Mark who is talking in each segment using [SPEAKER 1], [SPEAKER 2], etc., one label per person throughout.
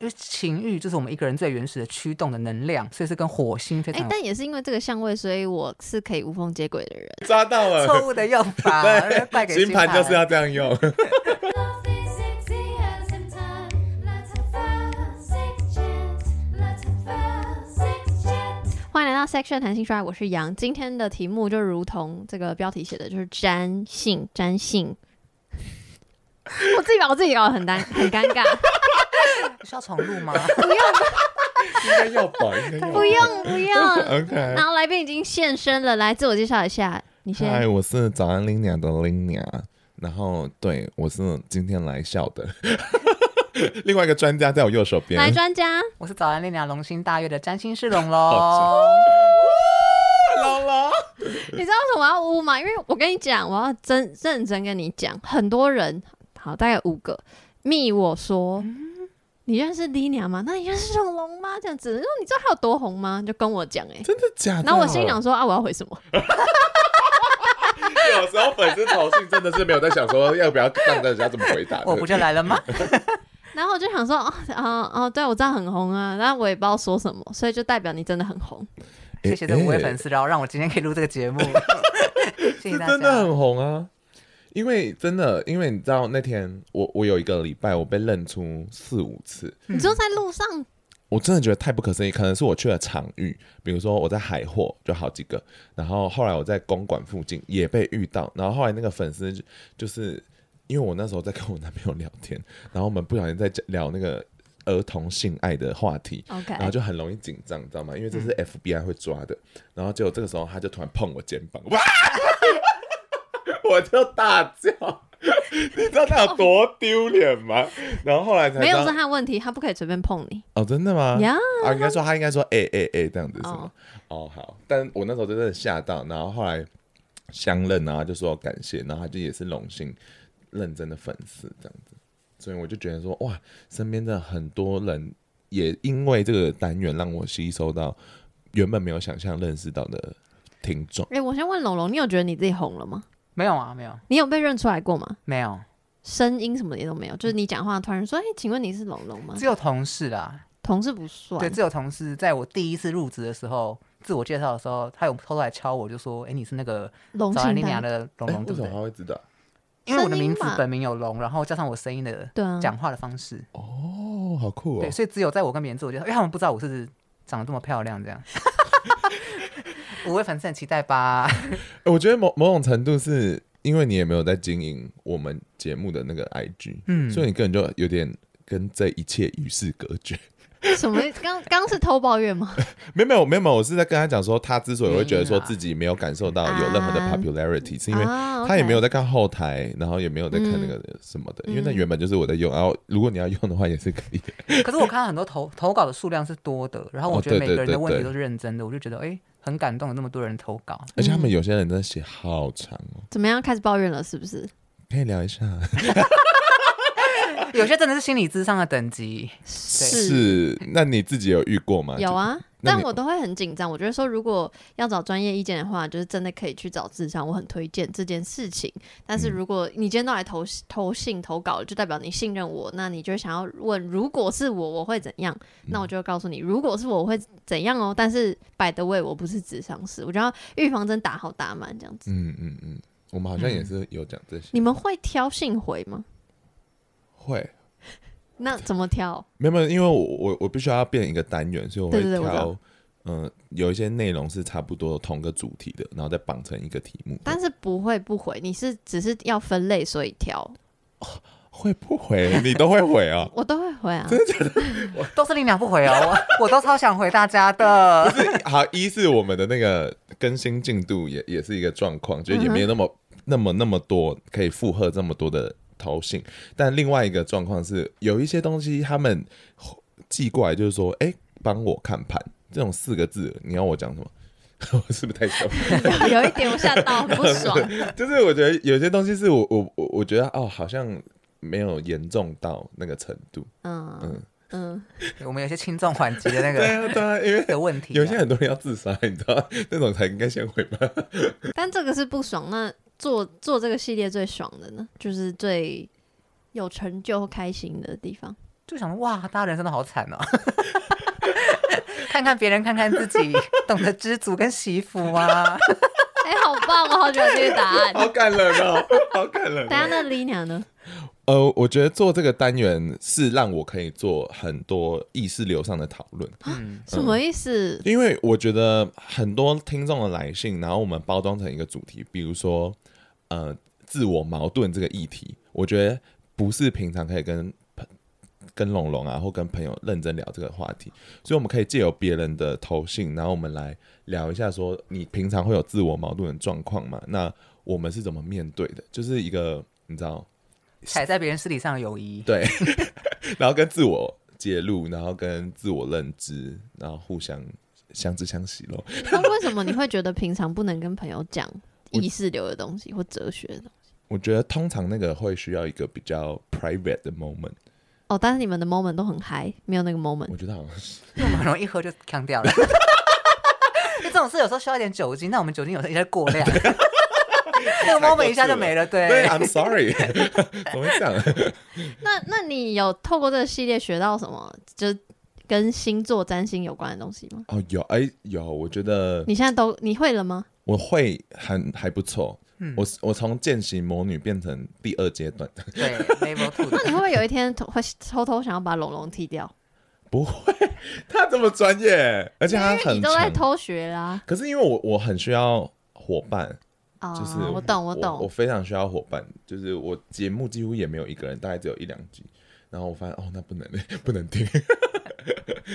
[SPEAKER 1] 为情欲就是我们一个人最原始的驱动的能量，所以是跟火星非
[SPEAKER 2] 哎、
[SPEAKER 1] 常有
[SPEAKER 2] 但也是因为这个相位，所以我是可以无缝接轨的人。
[SPEAKER 3] 抓到
[SPEAKER 1] 错
[SPEAKER 3] 了，
[SPEAKER 1] 误的用 法，带给
[SPEAKER 3] 星盘就是
[SPEAKER 1] 要
[SPEAKER 3] 要这样用。
[SPEAKER 4] Love is easy as in time. Let's have a six chance. Let's have a six chance.
[SPEAKER 2] 欢迎来到 Section 谈性说爱，我是杨。今天的题目就如同这个标题写的，就是占性，占性。我自己把我自己搞得很尴很尴尬，
[SPEAKER 1] 需要重录吗？
[SPEAKER 3] 应该要吧，应该要吧
[SPEAKER 2] 不。用不 用。
[SPEAKER 3] OK，
[SPEAKER 2] 然后来宾已经现身了，来自我介绍一下，你先。
[SPEAKER 3] 嗨，我是早安 Lina 的 Lina，然后对我是今天来笑的。 另外一个专家在我右手边
[SPEAKER 2] 来，专家，
[SPEAKER 1] 我是早安丽娘龙心大悦的占星师龙
[SPEAKER 3] 好
[SPEAKER 1] 龙，
[SPEAKER 3] 姥姥，
[SPEAKER 2] 你知道为什么要污吗？因为我跟你讲，我要真认真跟你讲，很多人好，大概五个密我说。
[SPEAKER 3] 嗯
[SPEAKER 2] 你认识 Lina 吗？那你认识恐龙吗？这样子，然后你知道他有多红吗？就跟我讲哎、
[SPEAKER 3] 真的假的？哦
[SPEAKER 2] 然后我心想，说啊，我要回什么？
[SPEAKER 3] 有时候粉丝投信真的是没有在想说要不要让人家怎么回答的。
[SPEAKER 1] 我不就来了吗？
[SPEAKER 2] 然后我就想说哦哦哦，对我知道很红啊，然后我也不知道说什么，所以就代表你真的很红。
[SPEAKER 3] 诶
[SPEAKER 1] 谢谢这五位
[SPEAKER 3] 诶
[SPEAKER 1] 粉丝，然后让我今天可以录这个节目， 谢谢
[SPEAKER 3] 是
[SPEAKER 1] 大
[SPEAKER 3] 真的
[SPEAKER 1] 家。
[SPEAKER 3] 很红啊。因为真的，因为你知道那天我我有一个礼拜我被认出四五次，
[SPEAKER 2] 你就在路上，
[SPEAKER 3] 我真的觉得太不可思议。可能是我去了场域，比如说我在海货就好几个，然后后来我在公馆附近也被遇到，然后后来那个粉丝就就是因为我那时候在跟我男朋友聊天，然后我们不小心在聊那个儿童性爱的话题
[SPEAKER 2] OK
[SPEAKER 3] 然后就很容易紧张，你知道吗？因为这是 FBI 会抓的，然后结果这个时候他就突然碰我肩膀， 哇！我就大叫，你知道他有多丢脸吗？然后后来才
[SPEAKER 2] 没
[SPEAKER 3] 知
[SPEAKER 2] 有
[SPEAKER 3] 道
[SPEAKER 2] 是他的问题，他不可以随便碰你
[SPEAKER 3] 哦，真的吗？
[SPEAKER 2] 呀。
[SPEAKER 3] 啊，应该说他应该说哎哎哎这样子是吗？哦，好，但我那时候真的吓到，然后后来相认啊，就说感谢，然后他就也是荣幸认真的粉丝这样子，所以我就觉得说哇，身边的很多人也因为这个单元让我吸收到原本没有想象认识到的听众，
[SPEAKER 2] 哎、我先问龙龙，你有觉得你自己红了吗？
[SPEAKER 1] 没有啊，没有，
[SPEAKER 2] 你有被认出来过吗？
[SPEAKER 1] 没有，
[SPEAKER 2] 声音什么的也都没有，
[SPEAKER 1] 嗯
[SPEAKER 2] 就是你讲话突然说：“哎、请问你是龙龙吗
[SPEAKER 1] 只有同事啦。？”
[SPEAKER 2] 同嗯事不算
[SPEAKER 1] 对，，只有同事在我第一次入职的时候，自我介绍的时候，他有偷偷来敲我，就说：“哎，你是那个
[SPEAKER 2] 龙
[SPEAKER 1] 早安丽
[SPEAKER 2] 姓
[SPEAKER 1] 娘
[SPEAKER 2] 班。
[SPEAKER 1] 的龙
[SPEAKER 3] 哎、
[SPEAKER 1] 龙，
[SPEAKER 3] 为
[SPEAKER 1] 对
[SPEAKER 3] 什
[SPEAKER 1] 不
[SPEAKER 3] 么
[SPEAKER 1] 哦对
[SPEAKER 3] 他会知道？？”
[SPEAKER 1] 因为我的
[SPEAKER 2] 声音
[SPEAKER 1] 名字
[SPEAKER 2] 嘛
[SPEAKER 1] 本名有龙，然后加上我声音的
[SPEAKER 2] 对啊，
[SPEAKER 1] 讲话的方式，
[SPEAKER 3] 哦，好酷哦
[SPEAKER 1] 对，！所以只有在我跟别人自我介绍，因为他们不知道我是长得这么漂亮这样。 五位粉丝很期待吧？
[SPEAKER 3] 哎我觉得某某种程度是因为你也没有在经营我们节目的那个 IG，
[SPEAKER 1] 嗯，
[SPEAKER 3] 所以你个人就有点跟这一切与世隔绝。
[SPEAKER 2] 什么意思？刚刚是偷抱怨吗？
[SPEAKER 3] 没有没有没有没有，我是在跟他讲说，他之所以会觉得
[SPEAKER 1] 没
[SPEAKER 3] 说
[SPEAKER 1] 有啦
[SPEAKER 3] 自己没有感受到有任何的
[SPEAKER 2] 啊
[SPEAKER 3] popularity，、是因为
[SPEAKER 2] 啊
[SPEAKER 3] 他也没有
[SPEAKER 2] OK 嗯
[SPEAKER 3] 在看后台，然后也没有在看那个什么的，因为那原本就是我在用。然后如果你要用的话，也是可以。
[SPEAKER 1] 可是我看到很多投投稿的数量是多的，然后我
[SPEAKER 3] 哦
[SPEAKER 1] 觉得
[SPEAKER 3] 对
[SPEAKER 1] 每
[SPEAKER 3] 对
[SPEAKER 1] 个人
[SPEAKER 3] 对
[SPEAKER 1] 的问题
[SPEAKER 3] 对
[SPEAKER 1] 都是认真的，我就觉得哎、诶很感动，有那么多人投稿。
[SPEAKER 3] 而且他们有些人真的写好长哦，
[SPEAKER 2] 怎么样？开始抱怨了是不是？
[SPEAKER 3] 可以聊一下。
[SPEAKER 1] 有些真的是心理智商的等级，
[SPEAKER 3] 是，那你自己有遇过吗？
[SPEAKER 2] 有啊，
[SPEAKER 3] 那
[SPEAKER 2] 但
[SPEAKER 3] 你
[SPEAKER 2] 我都会很紧张。我觉得说，如果要找专业意见的话，就是真的可以去找智商，我很推荐这件事情。但
[SPEAKER 3] 嗯
[SPEAKER 2] 是如果你今天都来投投信投稿了，就代表你信任我，那你就想要问，如果是我，我会怎样？那我
[SPEAKER 3] 嗯
[SPEAKER 2] 就会告诉你，如果是我，我会怎样哦。但是摆的位我不是智商师，我就要预防针打好打满这样子。
[SPEAKER 3] 就。嗯嗯嗯，我们好像也是有讲这些。
[SPEAKER 2] 你们会挑信回吗？
[SPEAKER 3] 会。
[SPEAKER 2] 那怎么挑？
[SPEAKER 3] 没有没有，因为我我我必须要变一个单元，所以我会
[SPEAKER 2] 对对对我知道
[SPEAKER 3] 挑，嗯、有一些内容是差不多同个主题的，然后再绑成一个题目。
[SPEAKER 2] 但是不会不回，你是只是要分类所以挑，？
[SPEAKER 3] 会不回你都会回啊
[SPEAKER 2] 我都会回啊。
[SPEAKER 1] 都是你俩不回哦，我我都超想回大家的。
[SPEAKER 3] 好，一是我们的那个更新进度也也是一个状况，就
[SPEAKER 2] 嗯
[SPEAKER 3] 也没有那么、那么那么多可以负荷这么多的投信，但另外一个状况是有一些东西他们寄过来就是说，哎、帮我看盘这种四个字，你要我讲什么？ 我是不是太凶？
[SPEAKER 2] 有一点我吓到，很不爽。
[SPEAKER 3] 就是我觉得有些东西是我我我我觉得哦，好像没有严重到那个程度。
[SPEAKER 2] 嗯嗯，
[SPEAKER 1] 我们有些轻重缓急的那
[SPEAKER 3] 对
[SPEAKER 1] 个
[SPEAKER 3] 啊对啊，因为
[SPEAKER 1] 的问题啊，
[SPEAKER 3] 有些很多人要自杀，你知道，那种才应该先回吧。
[SPEAKER 2] 但这个是不爽。那做做这个系列最爽的呢，就是最有成就、开心的地方。
[SPEAKER 1] 就想说哇，大家人生都好惨哦。 看看别人，看看自己，懂得知足跟惜福啊！
[SPEAKER 2] 哎、好棒哦，好喜欢这个答案。
[SPEAKER 3] 好感人哦，好感人、
[SPEAKER 2] 等一下
[SPEAKER 3] 哦。
[SPEAKER 2] 那 Lina 呢？
[SPEAKER 3] 呃，我觉得做这个单元是让我可以做很多意识流上的讨论，
[SPEAKER 1] 嗯，
[SPEAKER 2] 什么意思？
[SPEAKER 3] 因为我觉得很多听众的来信，然后我们包装成一个主题，比如说呃自我矛盾这个议题，我觉得不是平常可以跟朋跟龙龙啊或跟朋友认真聊这个话题，所以我们可以借由别人的投信，然后我们来聊一下说你平常会有自我矛盾的状况嘛？那我们是怎么面对的？就是一个你知道。
[SPEAKER 1] 踩在别人尸体上的友谊，
[SPEAKER 3] 对，然后跟自我揭露，然后跟自我认知，然后互相相知相惜咯。
[SPEAKER 2] 那为什么你会觉得平常不能跟朋友讲
[SPEAKER 3] 我
[SPEAKER 2] 意识流的东西或哲学的东西？
[SPEAKER 3] 我觉得通常那个会需要一个比较 private 的 moment，
[SPEAKER 2] 哦，但是你们的 moment 都很嗨，没有那个 moment
[SPEAKER 3] 我。觉得好像是
[SPEAKER 1] 因为我们很 容易一喝就呛掉了。 就这种事有时候需要一点酒精，那我们酒精有时候也在过量， 那个 moment 一下就没了。
[SPEAKER 3] 对啊
[SPEAKER 1] 对，
[SPEAKER 3] ，I'm sorry，怎么会这样？
[SPEAKER 2] 那那你有透过这个系列学到什么？就是跟星座、占星有关的东西吗？
[SPEAKER 3] 哦，有哎、有，我觉得
[SPEAKER 2] 你现在都你会了吗？
[SPEAKER 3] 我会很还不错。
[SPEAKER 1] 嗯
[SPEAKER 3] 我我从见习魔女变成第二阶段，
[SPEAKER 1] 对，level two
[SPEAKER 2] 那你
[SPEAKER 1] 的
[SPEAKER 2] 会不会有一天偷会偷偷想要把龙龙踢掉？
[SPEAKER 3] 不会，他这么专业， 而且
[SPEAKER 2] 因
[SPEAKER 3] 他
[SPEAKER 2] 为你
[SPEAKER 3] 很
[SPEAKER 2] 都在
[SPEAKER 3] 强。
[SPEAKER 2] 偷学啦。
[SPEAKER 3] 可是因为我我很需要伙伴，
[SPEAKER 2] 啊、
[SPEAKER 3] 就是
[SPEAKER 2] 我懂，
[SPEAKER 3] 我
[SPEAKER 2] 懂。
[SPEAKER 3] 我非常需要伙伴，就是我节目几乎也没有一个人，大概只有一两集。然后我发现哦，那不能 不能听，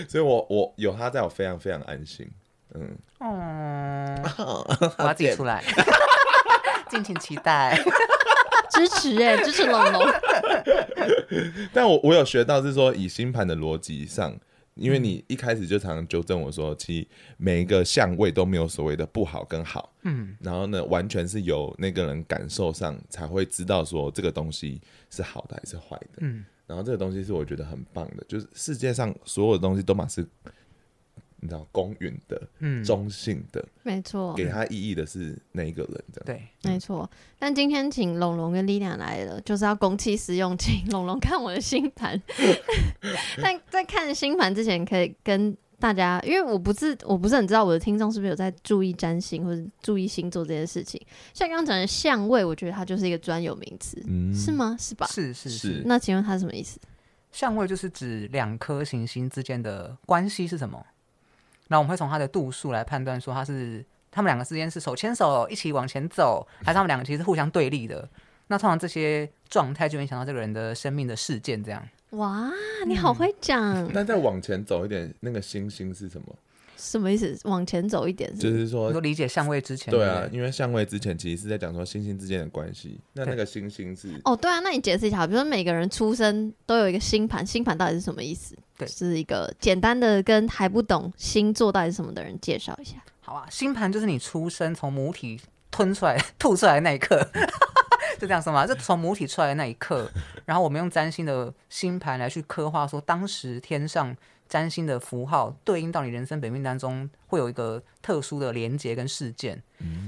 [SPEAKER 3] 所以我我有他在我非常非常安心。嗯，
[SPEAKER 1] 嗯，
[SPEAKER 3] 哦
[SPEAKER 1] 我要自己出来， 敬请期 待。
[SPEAKER 2] 支持哎、支持 龙龙。
[SPEAKER 3] 但我我有学到是说，以星盘的逻辑上，因为
[SPEAKER 1] 嗯
[SPEAKER 3] 你一开始就常常纠正我说，其实每一个相位都没有所谓的不好跟好，
[SPEAKER 1] 嗯，
[SPEAKER 3] 然后呢，完全是由那个人感受上才会知道说这个东西是好的还是坏的。
[SPEAKER 1] 嗯，
[SPEAKER 3] 然后这个东西是我觉得很棒的，就是世界上所有的东西都嘛是，你知道公允的、
[SPEAKER 1] 嗯哦
[SPEAKER 3] 中性的，
[SPEAKER 2] 没错，
[SPEAKER 3] 给它意义的是那一个人这样。
[SPEAKER 1] 对，
[SPEAKER 2] 没错。但今天请龙龙跟 Lina 来了，就是要公器私用，请龙龙看我的星 盘。但在看星盘之前，可以跟大家，因为我不是我不是很知道我的听众是不是有在注意占星或者注意星座这件事情。像刚刚讲的相位，我觉得它就是一个专有名词，
[SPEAKER 3] 嗯
[SPEAKER 2] 是吗？是吧？
[SPEAKER 1] 是是
[SPEAKER 3] 是
[SPEAKER 1] 是，
[SPEAKER 2] 那请问它是什么意思？
[SPEAKER 1] 相位就是指两颗行星之间的关系是什么。那我们会从它的度数来判断，说它是它们两个之间是手牵手一起往前走，还是它们两个其实是互相对立的。那通常这些状态就会影响到这个人的生命的事件，这样
[SPEAKER 2] 哇，你
[SPEAKER 1] 嗯
[SPEAKER 2] 好会讲，
[SPEAKER 3] 那再往前走一点，那个星星是什么？
[SPEAKER 2] 什么意思？往前走一点是不是
[SPEAKER 3] 就是
[SPEAKER 1] 我
[SPEAKER 3] 说
[SPEAKER 1] 说，理解相位之前，
[SPEAKER 3] 对啊，
[SPEAKER 1] 不
[SPEAKER 3] 因为相位之前其实是在讲说星星之间的关系，那那
[SPEAKER 1] 对
[SPEAKER 3] 个星星是
[SPEAKER 2] 哦，对啊，那你解释一下好，比如说每个人出生都有一个星盘，星盘到底是什么意思？
[SPEAKER 1] 对
[SPEAKER 2] 是一个简单的跟还不懂星座到底是什么的人介绍一下。
[SPEAKER 1] 好啊，星盘就是你出生从母体吞出来、 吐出来的那一刻， 是这样说吗？就从母体出来的那一刻， 然后我们用占星的星盘来去刻画，说当时天上占星的符号对应到你人生本命当中会有一个特殊的连接跟事件，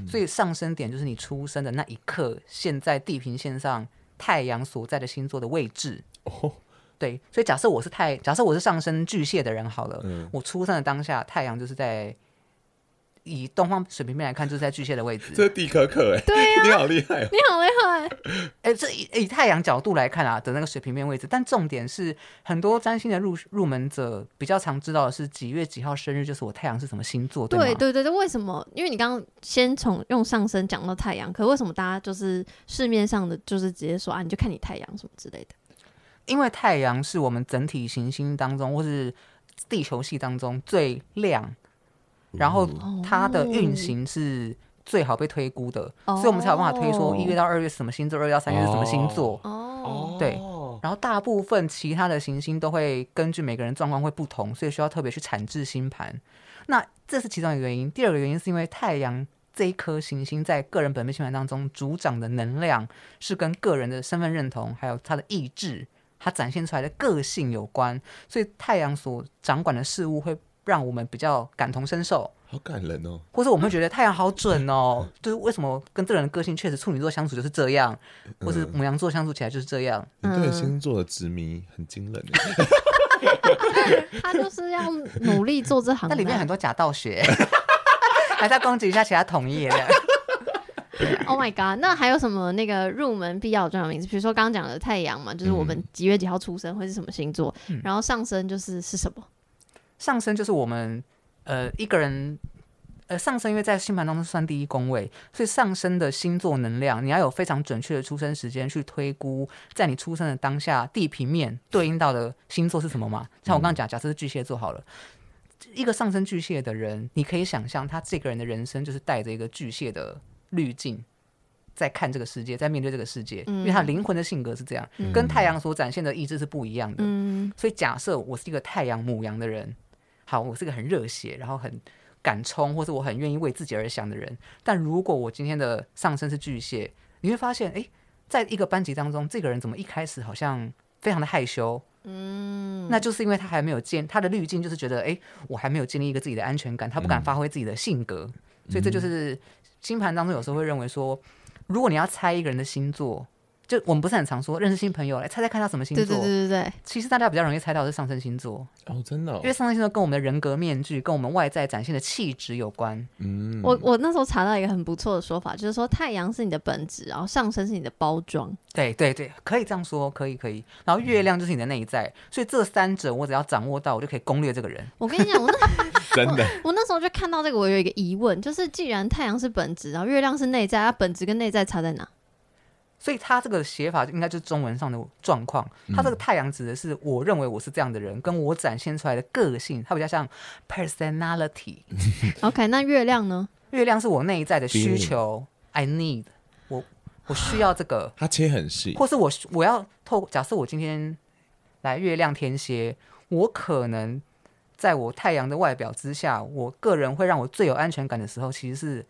[SPEAKER 1] 所以上升点就是你出生的那一刻，现在地平线上太阳所在的星座的位置。
[SPEAKER 3] 哦，
[SPEAKER 1] 对，所以假设我是太，假设我是上升巨蟹的人好了，
[SPEAKER 3] 嗯
[SPEAKER 1] 我出生的当下，太阳就是在以东方水平面来看，就是在巨蟹的位
[SPEAKER 3] 这
[SPEAKER 1] 置。
[SPEAKER 3] 是地可可哎、
[SPEAKER 2] 对啊，
[SPEAKER 3] 你好厉害哦、
[SPEAKER 2] 你好厉害！
[SPEAKER 1] 哎，这以以太阳角度来看啊的那个水平面位置，但重点是很多占星的入入门者比较常知道的是几月几号生日，就是我太阳是什么星座，
[SPEAKER 2] 对
[SPEAKER 1] 吗？
[SPEAKER 2] 对对对，为什么？因为你刚刚先从用上升讲到太阳，可为什么大家就是市面上的就是直接说啊，你就看你太阳什么之类的？
[SPEAKER 1] 因为太阳是我们整体行星当中，或是地球系当中最亮，然后它的运行是最好被推估的，
[SPEAKER 2] 哦
[SPEAKER 1] 所以我们才有办法推说一月到二月是什么星座，二月到三月是什么星座。
[SPEAKER 2] 哦，
[SPEAKER 1] 对然后大部分其他的行星都会根据每个人状况会不同，所以需要特别去产制星盘。那这是其中一个原因。第二个原因是因为太阳这一颗行星在个人本命星盘当中主掌的能量是跟个人的身份认同，还有他的意志，他展现出来的个性有关，所以太阳所掌管的事物会让我们比较感同身受。
[SPEAKER 3] 好感人哦。
[SPEAKER 1] 或者我们会觉得太阳好准哦，就是为什么跟这个人的个性确实处女座相处就是这样，或是母羊座相处起来就是这样，
[SPEAKER 3] 你
[SPEAKER 2] 嗯
[SPEAKER 3] 对星座的执迷很惊人、欸，
[SPEAKER 2] 他就是要努力做这行 的
[SPEAKER 1] 那
[SPEAKER 2] 啊。
[SPEAKER 1] 里面很多假道学， 还在攻击一下其他同业的。
[SPEAKER 2] Oh my god！那还有什么那个入门必要的专有名词？比如说刚刚讲的太阳嘛，就是我们
[SPEAKER 3] 嗯
[SPEAKER 2] 几月几号出生会是什么星座，然后上升就是是什么？
[SPEAKER 1] 上升就是我们呃一个人。呃，上升因为在星盘当中算第一宫位，所以上升的星座能量，你要有非常准确的出生时间去推估，在你出生的当下地平面对应到的星座是什么嘛？像我刚刚讲，假设是巨蟹座好了，一个上升巨蟹的人，你可以想象他这个人的人生就是带着一个巨蟹的滤镜。在看这个世界，在面对这个世界，因为他灵魂的性格是这样，跟太阳所展现的意志是不一样的。
[SPEAKER 2] 嗯，
[SPEAKER 1] 所以假设我是一个太阳母羊的人，好，我是个很热血，然后很敢冲，或是我很愿意为自己而想的人。但如果我今天的上升是巨蟹，你会发现，诶，在一个班级当中，这个人怎么一开始好像非常的害羞？嗯，那就是因为他还没有建他的滤镜，就是觉得，诶，我还没有建立一个自己的安全感，他不敢发挥自己的性格，所以这就是星盘当中有时候会认为说，如果你要猜一个人的星座。就我们不是很常说认识新朋友，来猜猜看他什么星
[SPEAKER 2] 对
[SPEAKER 1] 座？
[SPEAKER 2] 对对对对，
[SPEAKER 1] 其实大家比较容易猜到的是上升星座，
[SPEAKER 3] 哦，真的、哦
[SPEAKER 1] 因为，上升星座跟我们的人格面具、跟我们外在展现的气质有关。
[SPEAKER 3] 嗯，
[SPEAKER 2] 我我那时候查到一个很不错的说法，就是说太阳是你的本质，然后上升是你的包装。
[SPEAKER 1] 对对对，可以这样说，可以可以。然后月亮就是你的内在，所以这三者我只要掌握到，我就可以攻略这个人。
[SPEAKER 2] 我跟你讲，我那
[SPEAKER 3] 真的，
[SPEAKER 2] 我那时候就看到这个，我有一个疑问，就是既然太阳是本质，然后月亮是内在，它啊本质跟内在差在哪？
[SPEAKER 1] 所以他这个写法应该就是中文上的状况。嗯他这个太阳指的是我认为我是这样的人，跟我展现出来的个性，它比较像 personality。
[SPEAKER 2] OK，那月亮呢？
[SPEAKER 1] 月亮是我内在的需求，I need，我我需要这个。
[SPEAKER 3] 他切很细，
[SPEAKER 1] 或是我我要透，假设我今天来月亮天蝎，我可能在我太阳的外表之下，我个人会让我最有安全感的时候，其实是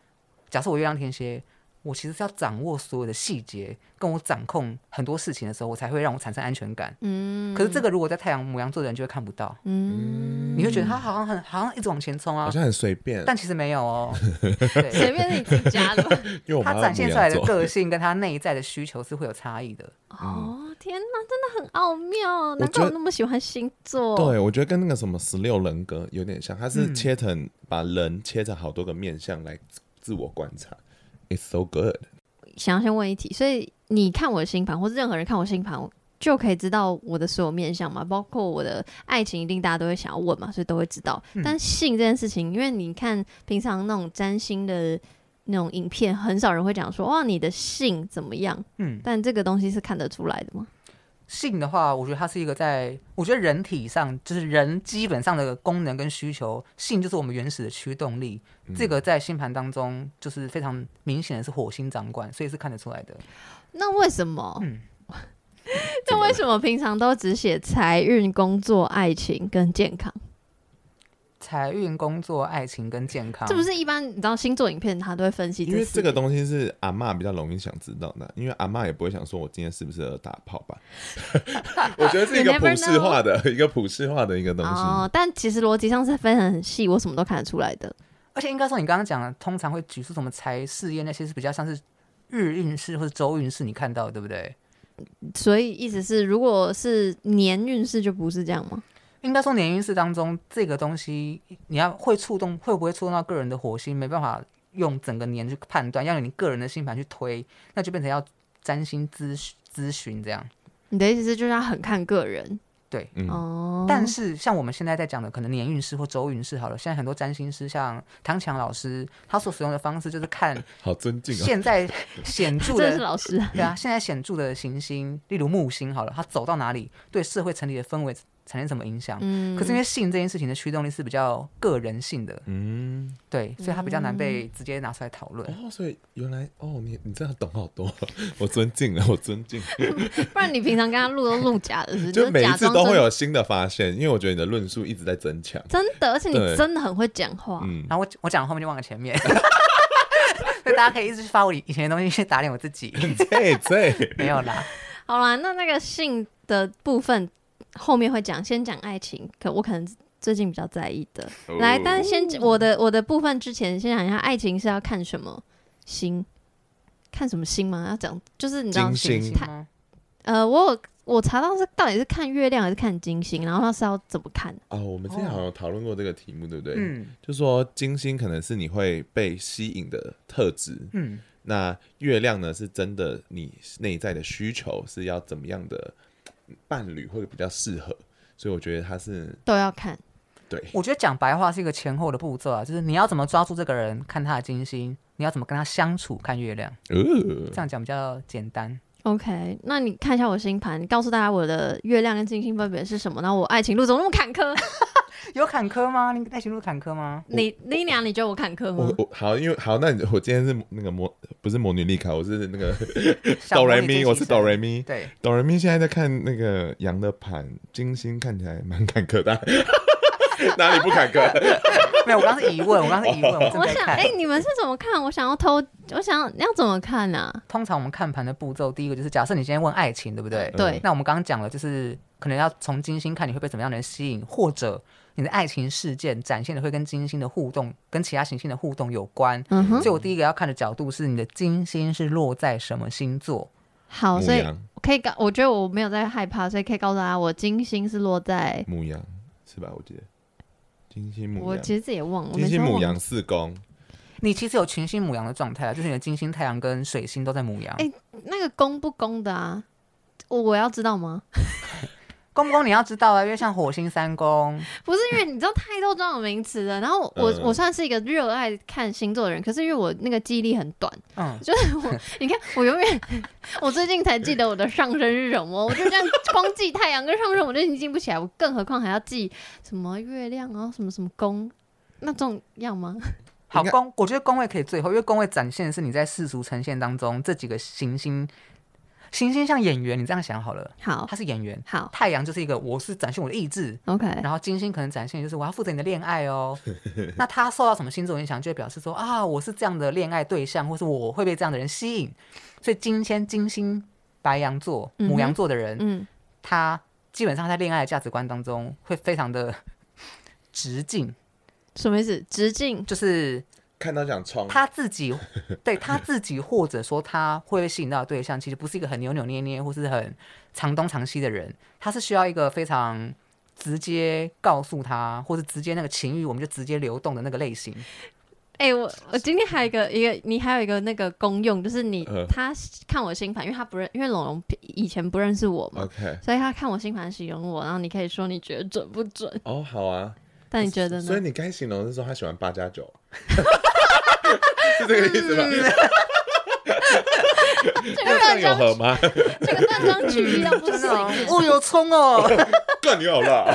[SPEAKER 1] 假设我月亮天蝎，我其实是要掌握所有的细节，跟我掌控很多事情的时候，我才会让我产生安全感。
[SPEAKER 2] 嗯
[SPEAKER 1] 可是这个如果在太阳母羊座的人就会看不到，
[SPEAKER 2] 嗯，
[SPEAKER 1] 你会觉得他好像很好像一直往前冲啊
[SPEAKER 3] 好，像很随便，
[SPEAKER 1] 但其实没有哦。 对
[SPEAKER 2] 随便是你自己加的吧。
[SPEAKER 3] 因为我
[SPEAKER 1] 他
[SPEAKER 3] 妈
[SPEAKER 1] 展现出来的
[SPEAKER 3] 母羊座
[SPEAKER 1] 个性跟他内在的需求是会有差异的。
[SPEAKER 2] 哦，天哪，真的很奥妙，难
[SPEAKER 3] 嗯觉
[SPEAKER 2] 怪我
[SPEAKER 3] 得
[SPEAKER 2] 那么喜欢星座。，
[SPEAKER 3] 对，我觉得跟那个什么十六人格有点像，它是
[SPEAKER 1] 嗯
[SPEAKER 3] 切成、把人切成好多个面相来自自我观察。It's so good。
[SPEAKER 2] 想要先问一题，所以你看我的星盘，或是任何人看我星盘，就可以知道我的所有面相嘛，包括我的爱情，一定大家都会想要问嘛，所以都会知道。
[SPEAKER 3] 嗯
[SPEAKER 2] 但性这件事情，因为你看平常那种占星的。那种影片很少人会讲说哇哦你的性怎么样，
[SPEAKER 1] 嗯，
[SPEAKER 2] 但这个东西是看得出来的吗？
[SPEAKER 1] 性的话，我觉得它是一个在，我觉得人体上就是人基本上的功能跟需求，性就是我们原始的驱动力。这个在星盘当中就是非常明显的是火星掌管，所以是看得出来的。
[SPEAKER 2] 那为什么？
[SPEAKER 1] 嗯
[SPEAKER 2] 那为什么平常都只写财运、工作、爱情跟健康？
[SPEAKER 1] 财运、工作、爱情跟健康，
[SPEAKER 2] 这不是一般你知道星座影片它都会分析，
[SPEAKER 3] 因为这个东西是阿嬷比较容易想知道的，因为阿嬷也不会想说我今天适不适合打炮吧。 我觉得是一
[SPEAKER 2] You
[SPEAKER 3] 个
[SPEAKER 2] never
[SPEAKER 3] 普世化的 一个普世化的一个东西。
[SPEAKER 2] 哦，但其实逻辑上是分得很细，我什么都看得出来的。
[SPEAKER 1] 而且应该说你刚刚讲的，通常会举出什么财、事业那些是比较像是日运势或者周运势，你看到的对不对？
[SPEAKER 2] 所以意思是，如果是年运势就不是这样吗？
[SPEAKER 1] 应该说年运势当中这个东西，你要会触动，会不会触动到个人的火星，没办法用整个年去判断，要用你个人的星盘去推，那就变成要占星咨询咨询这样。
[SPEAKER 2] 你的意思是就是要很看个人
[SPEAKER 1] 对，
[SPEAKER 3] 嗯，
[SPEAKER 2] 哦。
[SPEAKER 1] 但是像我们现在在讲的，可能年运势或周运势好了，现在很多占星师像唐强老师，他所使用的方式就是看
[SPEAKER 3] 好尊敬哦。
[SPEAKER 1] 现在显著
[SPEAKER 2] 真的是
[SPEAKER 1] 的。
[SPEAKER 2] 老师啊，
[SPEAKER 1] 对啊，现在显著的行星，例如木星好了，它走到哪里，对社会整体的氛围产生什么影响？
[SPEAKER 2] 嗯
[SPEAKER 1] 可是因为性这件事情的驱动力是比较个人性的，
[SPEAKER 3] 嗯，
[SPEAKER 1] 对，所以它比较难被直接拿出来讨论。
[SPEAKER 3] 哦，所以原来哦，你你真的懂好多， 我尊敬了，我尊敬。
[SPEAKER 2] 不然你平常跟他录都录假 的，是不是
[SPEAKER 3] 就每一
[SPEAKER 2] 假
[SPEAKER 3] 次
[SPEAKER 2] 装
[SPEAKER 3] 都会
[SPEAKER 2] 真
[SPEAKER 3] 有新的发现，因为我觉得你的论述一直在增强。
[SPEAKER 2] 真的，而且你
[SPEAKER 3] 对
[SPEAKER 2] 真的很会讲话。
[SPEAKER 3] 嗯，
[SPEAKER 1] 然后我我讲到后面就忘了前面， 所以大家可以一直发我以前的东西去打脸我自己，
[SPEAKER 3] 对对。
[SPEAKER 1] 没有啦。
[SPEAKER 2] 好啦，那那个性的部分后面会讲，先讲爱情。可我可能最近比较在意的，
[SPEAKER 3] 哦
[SPEAKER 2] 来，但是先我的我的部分之前先讲一下，爱情是要看什么星？看什么星吗？要讲就是你知道
[SPEAKER 3] 金星
[SPEAKER 1] 行吗
[SPEAKER 2] 呃，我有我查到是到底是看月亮还是看金星，然后那是要怎么看？
[SPEAKER 3] 哦，我们之前好像有讨论过这个题目，对不对？
[SPEAKER 1] 嗯
[SPEAKER 3] 就说金星可能是你会被吸引的特质，
[SPEAKER 1] 嗯，
[SPEAKER 3] 那月亮呢是真的你内在的需求是要怎么样的伴侣会比较适合，所以我觉得他是
[SPEAKER 2] 都要看。
[SPEAKER 3] 对，
[SPEAKER 1] 我觉得讲白话是一个前后的步骤啊，就是你要怎么抓住这个人，看他的金星；你要怎么跟他相处，看月亮。
[SPEAKER 3] 呃
[SPEAKER 1] 这样讲比较简单。
[SPEAKER 2] OK，那你看一下我星盘，你告诉大家我的月亮跟金星分别是什么？那我爱情路怎么那么坎坷？
[SPEAKER 1] 有坎坷吗？你爱情路坎坷吗？
[SPEAKER 2] 你你俩，你觉得我坎坷吗
[SPEAKER 3] 我？我好，因为好，那你我今天是那个魔不是魔女丽卡，我是那个
[SPEAKER 1] 小
[SPEAKER 3] 哆
[SPEAKER 1] 魔
[SPEAKER 3] 来
[SPEAKER 1] 女
[SPEAKER 3] 咪，
[SPEAKER 1] 见
[SPEAKER 3] 我
[SPEAKER 1] 习
[SPEAKER 3] 是
[SPEAKER 1] 生
[SPEAKER 3] 哆来咪，
[SPEAKER 1] 对，
[SPEAKER 3] 哆来咪现在在看那个羊的盘，金星看起来蛮坎坷的， 哪里不坎坷？
[SPEAKER 1] 没有，我刚刚是疑问，我刚刚是疑问，我正
[SPEAKER 2] 我
[SPEAKER 1] 在
[SPEAKER 2] 想，
[SPEAKER 1] 看
[SPEAKER 2] 哎、。你们是怎么看？我想要偷，我想要怎么看啊？
[SPEAKER 1] 通常我们看盘的步骤，第一个就是假设你今天问爱情，对不
[SPEAKER 3] 嗯
[SPEAKER 1] 对？
[SPEAKER 2] 对
[SPEAKER 1] 那我们刚刚讲了，就是可能要从金星看你会被怎么样的人吸引，或者你的爱情事件展现的会跟金星的互动、跟其他行星的互动有关。
[SPEAKER 2] 嗯哼
[SPEAKER 1] 所以我第一个要看的角度是你的金星是落在什么星座。
[SPEAKER 2] 好，
[SPEAKER 3] 母
[SPEAKER 2] 所以
[SPEAKER 3] 羊，
[SPEAKER 2] 我可以告，我觉得我没有在害怕，所以可以告诉大家，我金星是落在，
[SPEAKER 3] 母羊是吧？我记得金星母
[SPEAKER 2] 我
[SPEAKER 3] 羊，
[SPEAKER 2] 其实自己也忘了，我
[SPEAKER 3] 金
[SPEAKER 2] 每次
[SPEAKER 3] 星
[SPEAKER 2] 都
[SPEAKER 3] 母
[SPEAKER 2] 忘了。
[SPEAKER 3] 羊四宫，
[SPEAKER 1] 你其实有群星母羊的状态啊，就是你的金星、太阳跟水星都在母羊。
[SPEAKER 2] 哎那个公不公的啊？我我要知道吗？
[SPEAKER 1] 公不公你要知道啊，因为像火星三宫，
[SPEAKER 2] 不是因为你知道太多这种名词了，然后我、
[SPEAKER 3] 嗯
[SPEAKER 2] 我算是一个热爱看星座的人，可是因为我那个记忆力很短，
[SPEAKER 1] 嗯，
[SPEAKER 2] 就是我你看我永远， 我最近才记得我的上升是什么，我就这样光记太阳跟上升我就已经记不起来，我更何况还要记什么月亮啊什么什么宫，那重要吗？
[SPEAKER 1] 好
[SPEAKER 3] 应该
[SPEAKER 1] 宫，我觉得宫位可以最后，因为宫位展现的是你在世俗呈现当中这几个行星，行星像演员，你这样想好了，
[SPEAKER 2] 好
[SPEAKER 1] 他是演员，
[SPEAKER 2] 好
[SPEAKER 1] 太阳就是一个我是展现我的意志，
[SPEAKER 2] ，OK，
[SPEAKER 1] 然后金星可能展现就是我要负责你的恋爱 哦，那他受到什么星座影响，就会表示说啊，我是这样的恋爱对象，或是我会被这样的人吸引，所以金星金星白羊座、
[SPEAKER 2] 嗯哼
[SPEAKER 1] 母羊座的人，
[SPEAKER 2] 嗯，
[SPEAKER 1] 他基本上在恋爱的价值观当中会非常的直径，
[SPEAKER 2] 什么意思？直径
[SPEAKER 1] 就是。
[SPEAKER 3] 看到想冲，
[SPEAKER 1] 他自己对他自己，或者说他会被吸引到的对象，其实不是一个很扭扭捏捏或是很长东长西的人，他是需要一个非常直接告诉他，或是直接那个情欲我们就直接流动的那个类型。
[SPEAKER 2] 哎、我我今天还有一个一个，你还有一个那个功用，就是你、
[SPEAKER 3] 呃
[SPEAKER 2] 他看我星盘，因为他不认，因为龙龙以前不认识我嘛，
[SPEAKER 3] OK，
[SPEAKER 2] 所以他看我星盘形容我，然后你可以说你觉得准不 准？
[SPEAKER 3] 哦，好啊，
[SPEAKER 2] 但你觉得
[SPEAKER 3] 所以
[SPEAKER 2] 呢？
[SPEAKER 3] 你该形容是说他喜欢八 加九，是这个意思吗？
[SPEAKER 1] 嗯
[SPEAKER 2] 这个
[SPEAKER 3] 那
[SPEAKER 2] 断
[SPEAKER 3] 这样有合
[SPEAKER 2] 章，
[SPEAKER 3] 吗？
[SPEAKER 2] 这个断章取义 到不
[SPEAKER 1] 真
[SPEAKER 2] 行
[SPEAKER 1] 的。哦，哦有冲哦，
[SPEAKER 3] 更有了，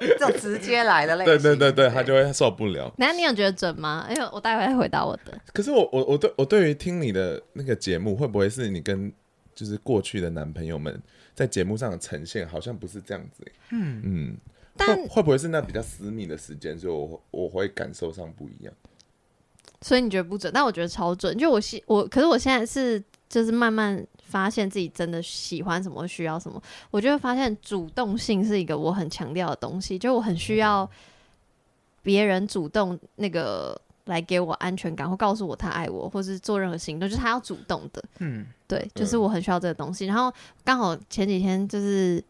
[SPEAKER 1] 这种直接来的类型。
[SPEAKER 3] 对对对对，他就会受不了。
[SPEAKER 2] 等一下你有觉得准吗？哎呦，我待会再回答我的。
[SPEAKER 3] 可是我我我对我对于听你的那个节目，会不会是你跟就是过去的男朋友们在节目上的呈现，好像不是这样子、
[SPEAKER 1] 嗯，
[SPEAKER 3] 嗯，
[SPEAKER 2] 但
[SPEAKER 3] 会会不会是那比较私密的时间，所以我我会感受上不一样？
[SPEAKER 2] 所以你觉得不准，但我觉得超准。就我现我，可是我现在是就是慢慢发现自己真的喜欢什么，需要什么。我就会发现主动性是一个我很强调的东西，就我很需要别人主动那个来给我安全感，或告诉我他爱我，或是做任何行动，就是他要主动的。
[SPEAKER 1] 嗯，
[SPEAKER 2] 对，就是我很需要这个东西。然后刚好前几天就是，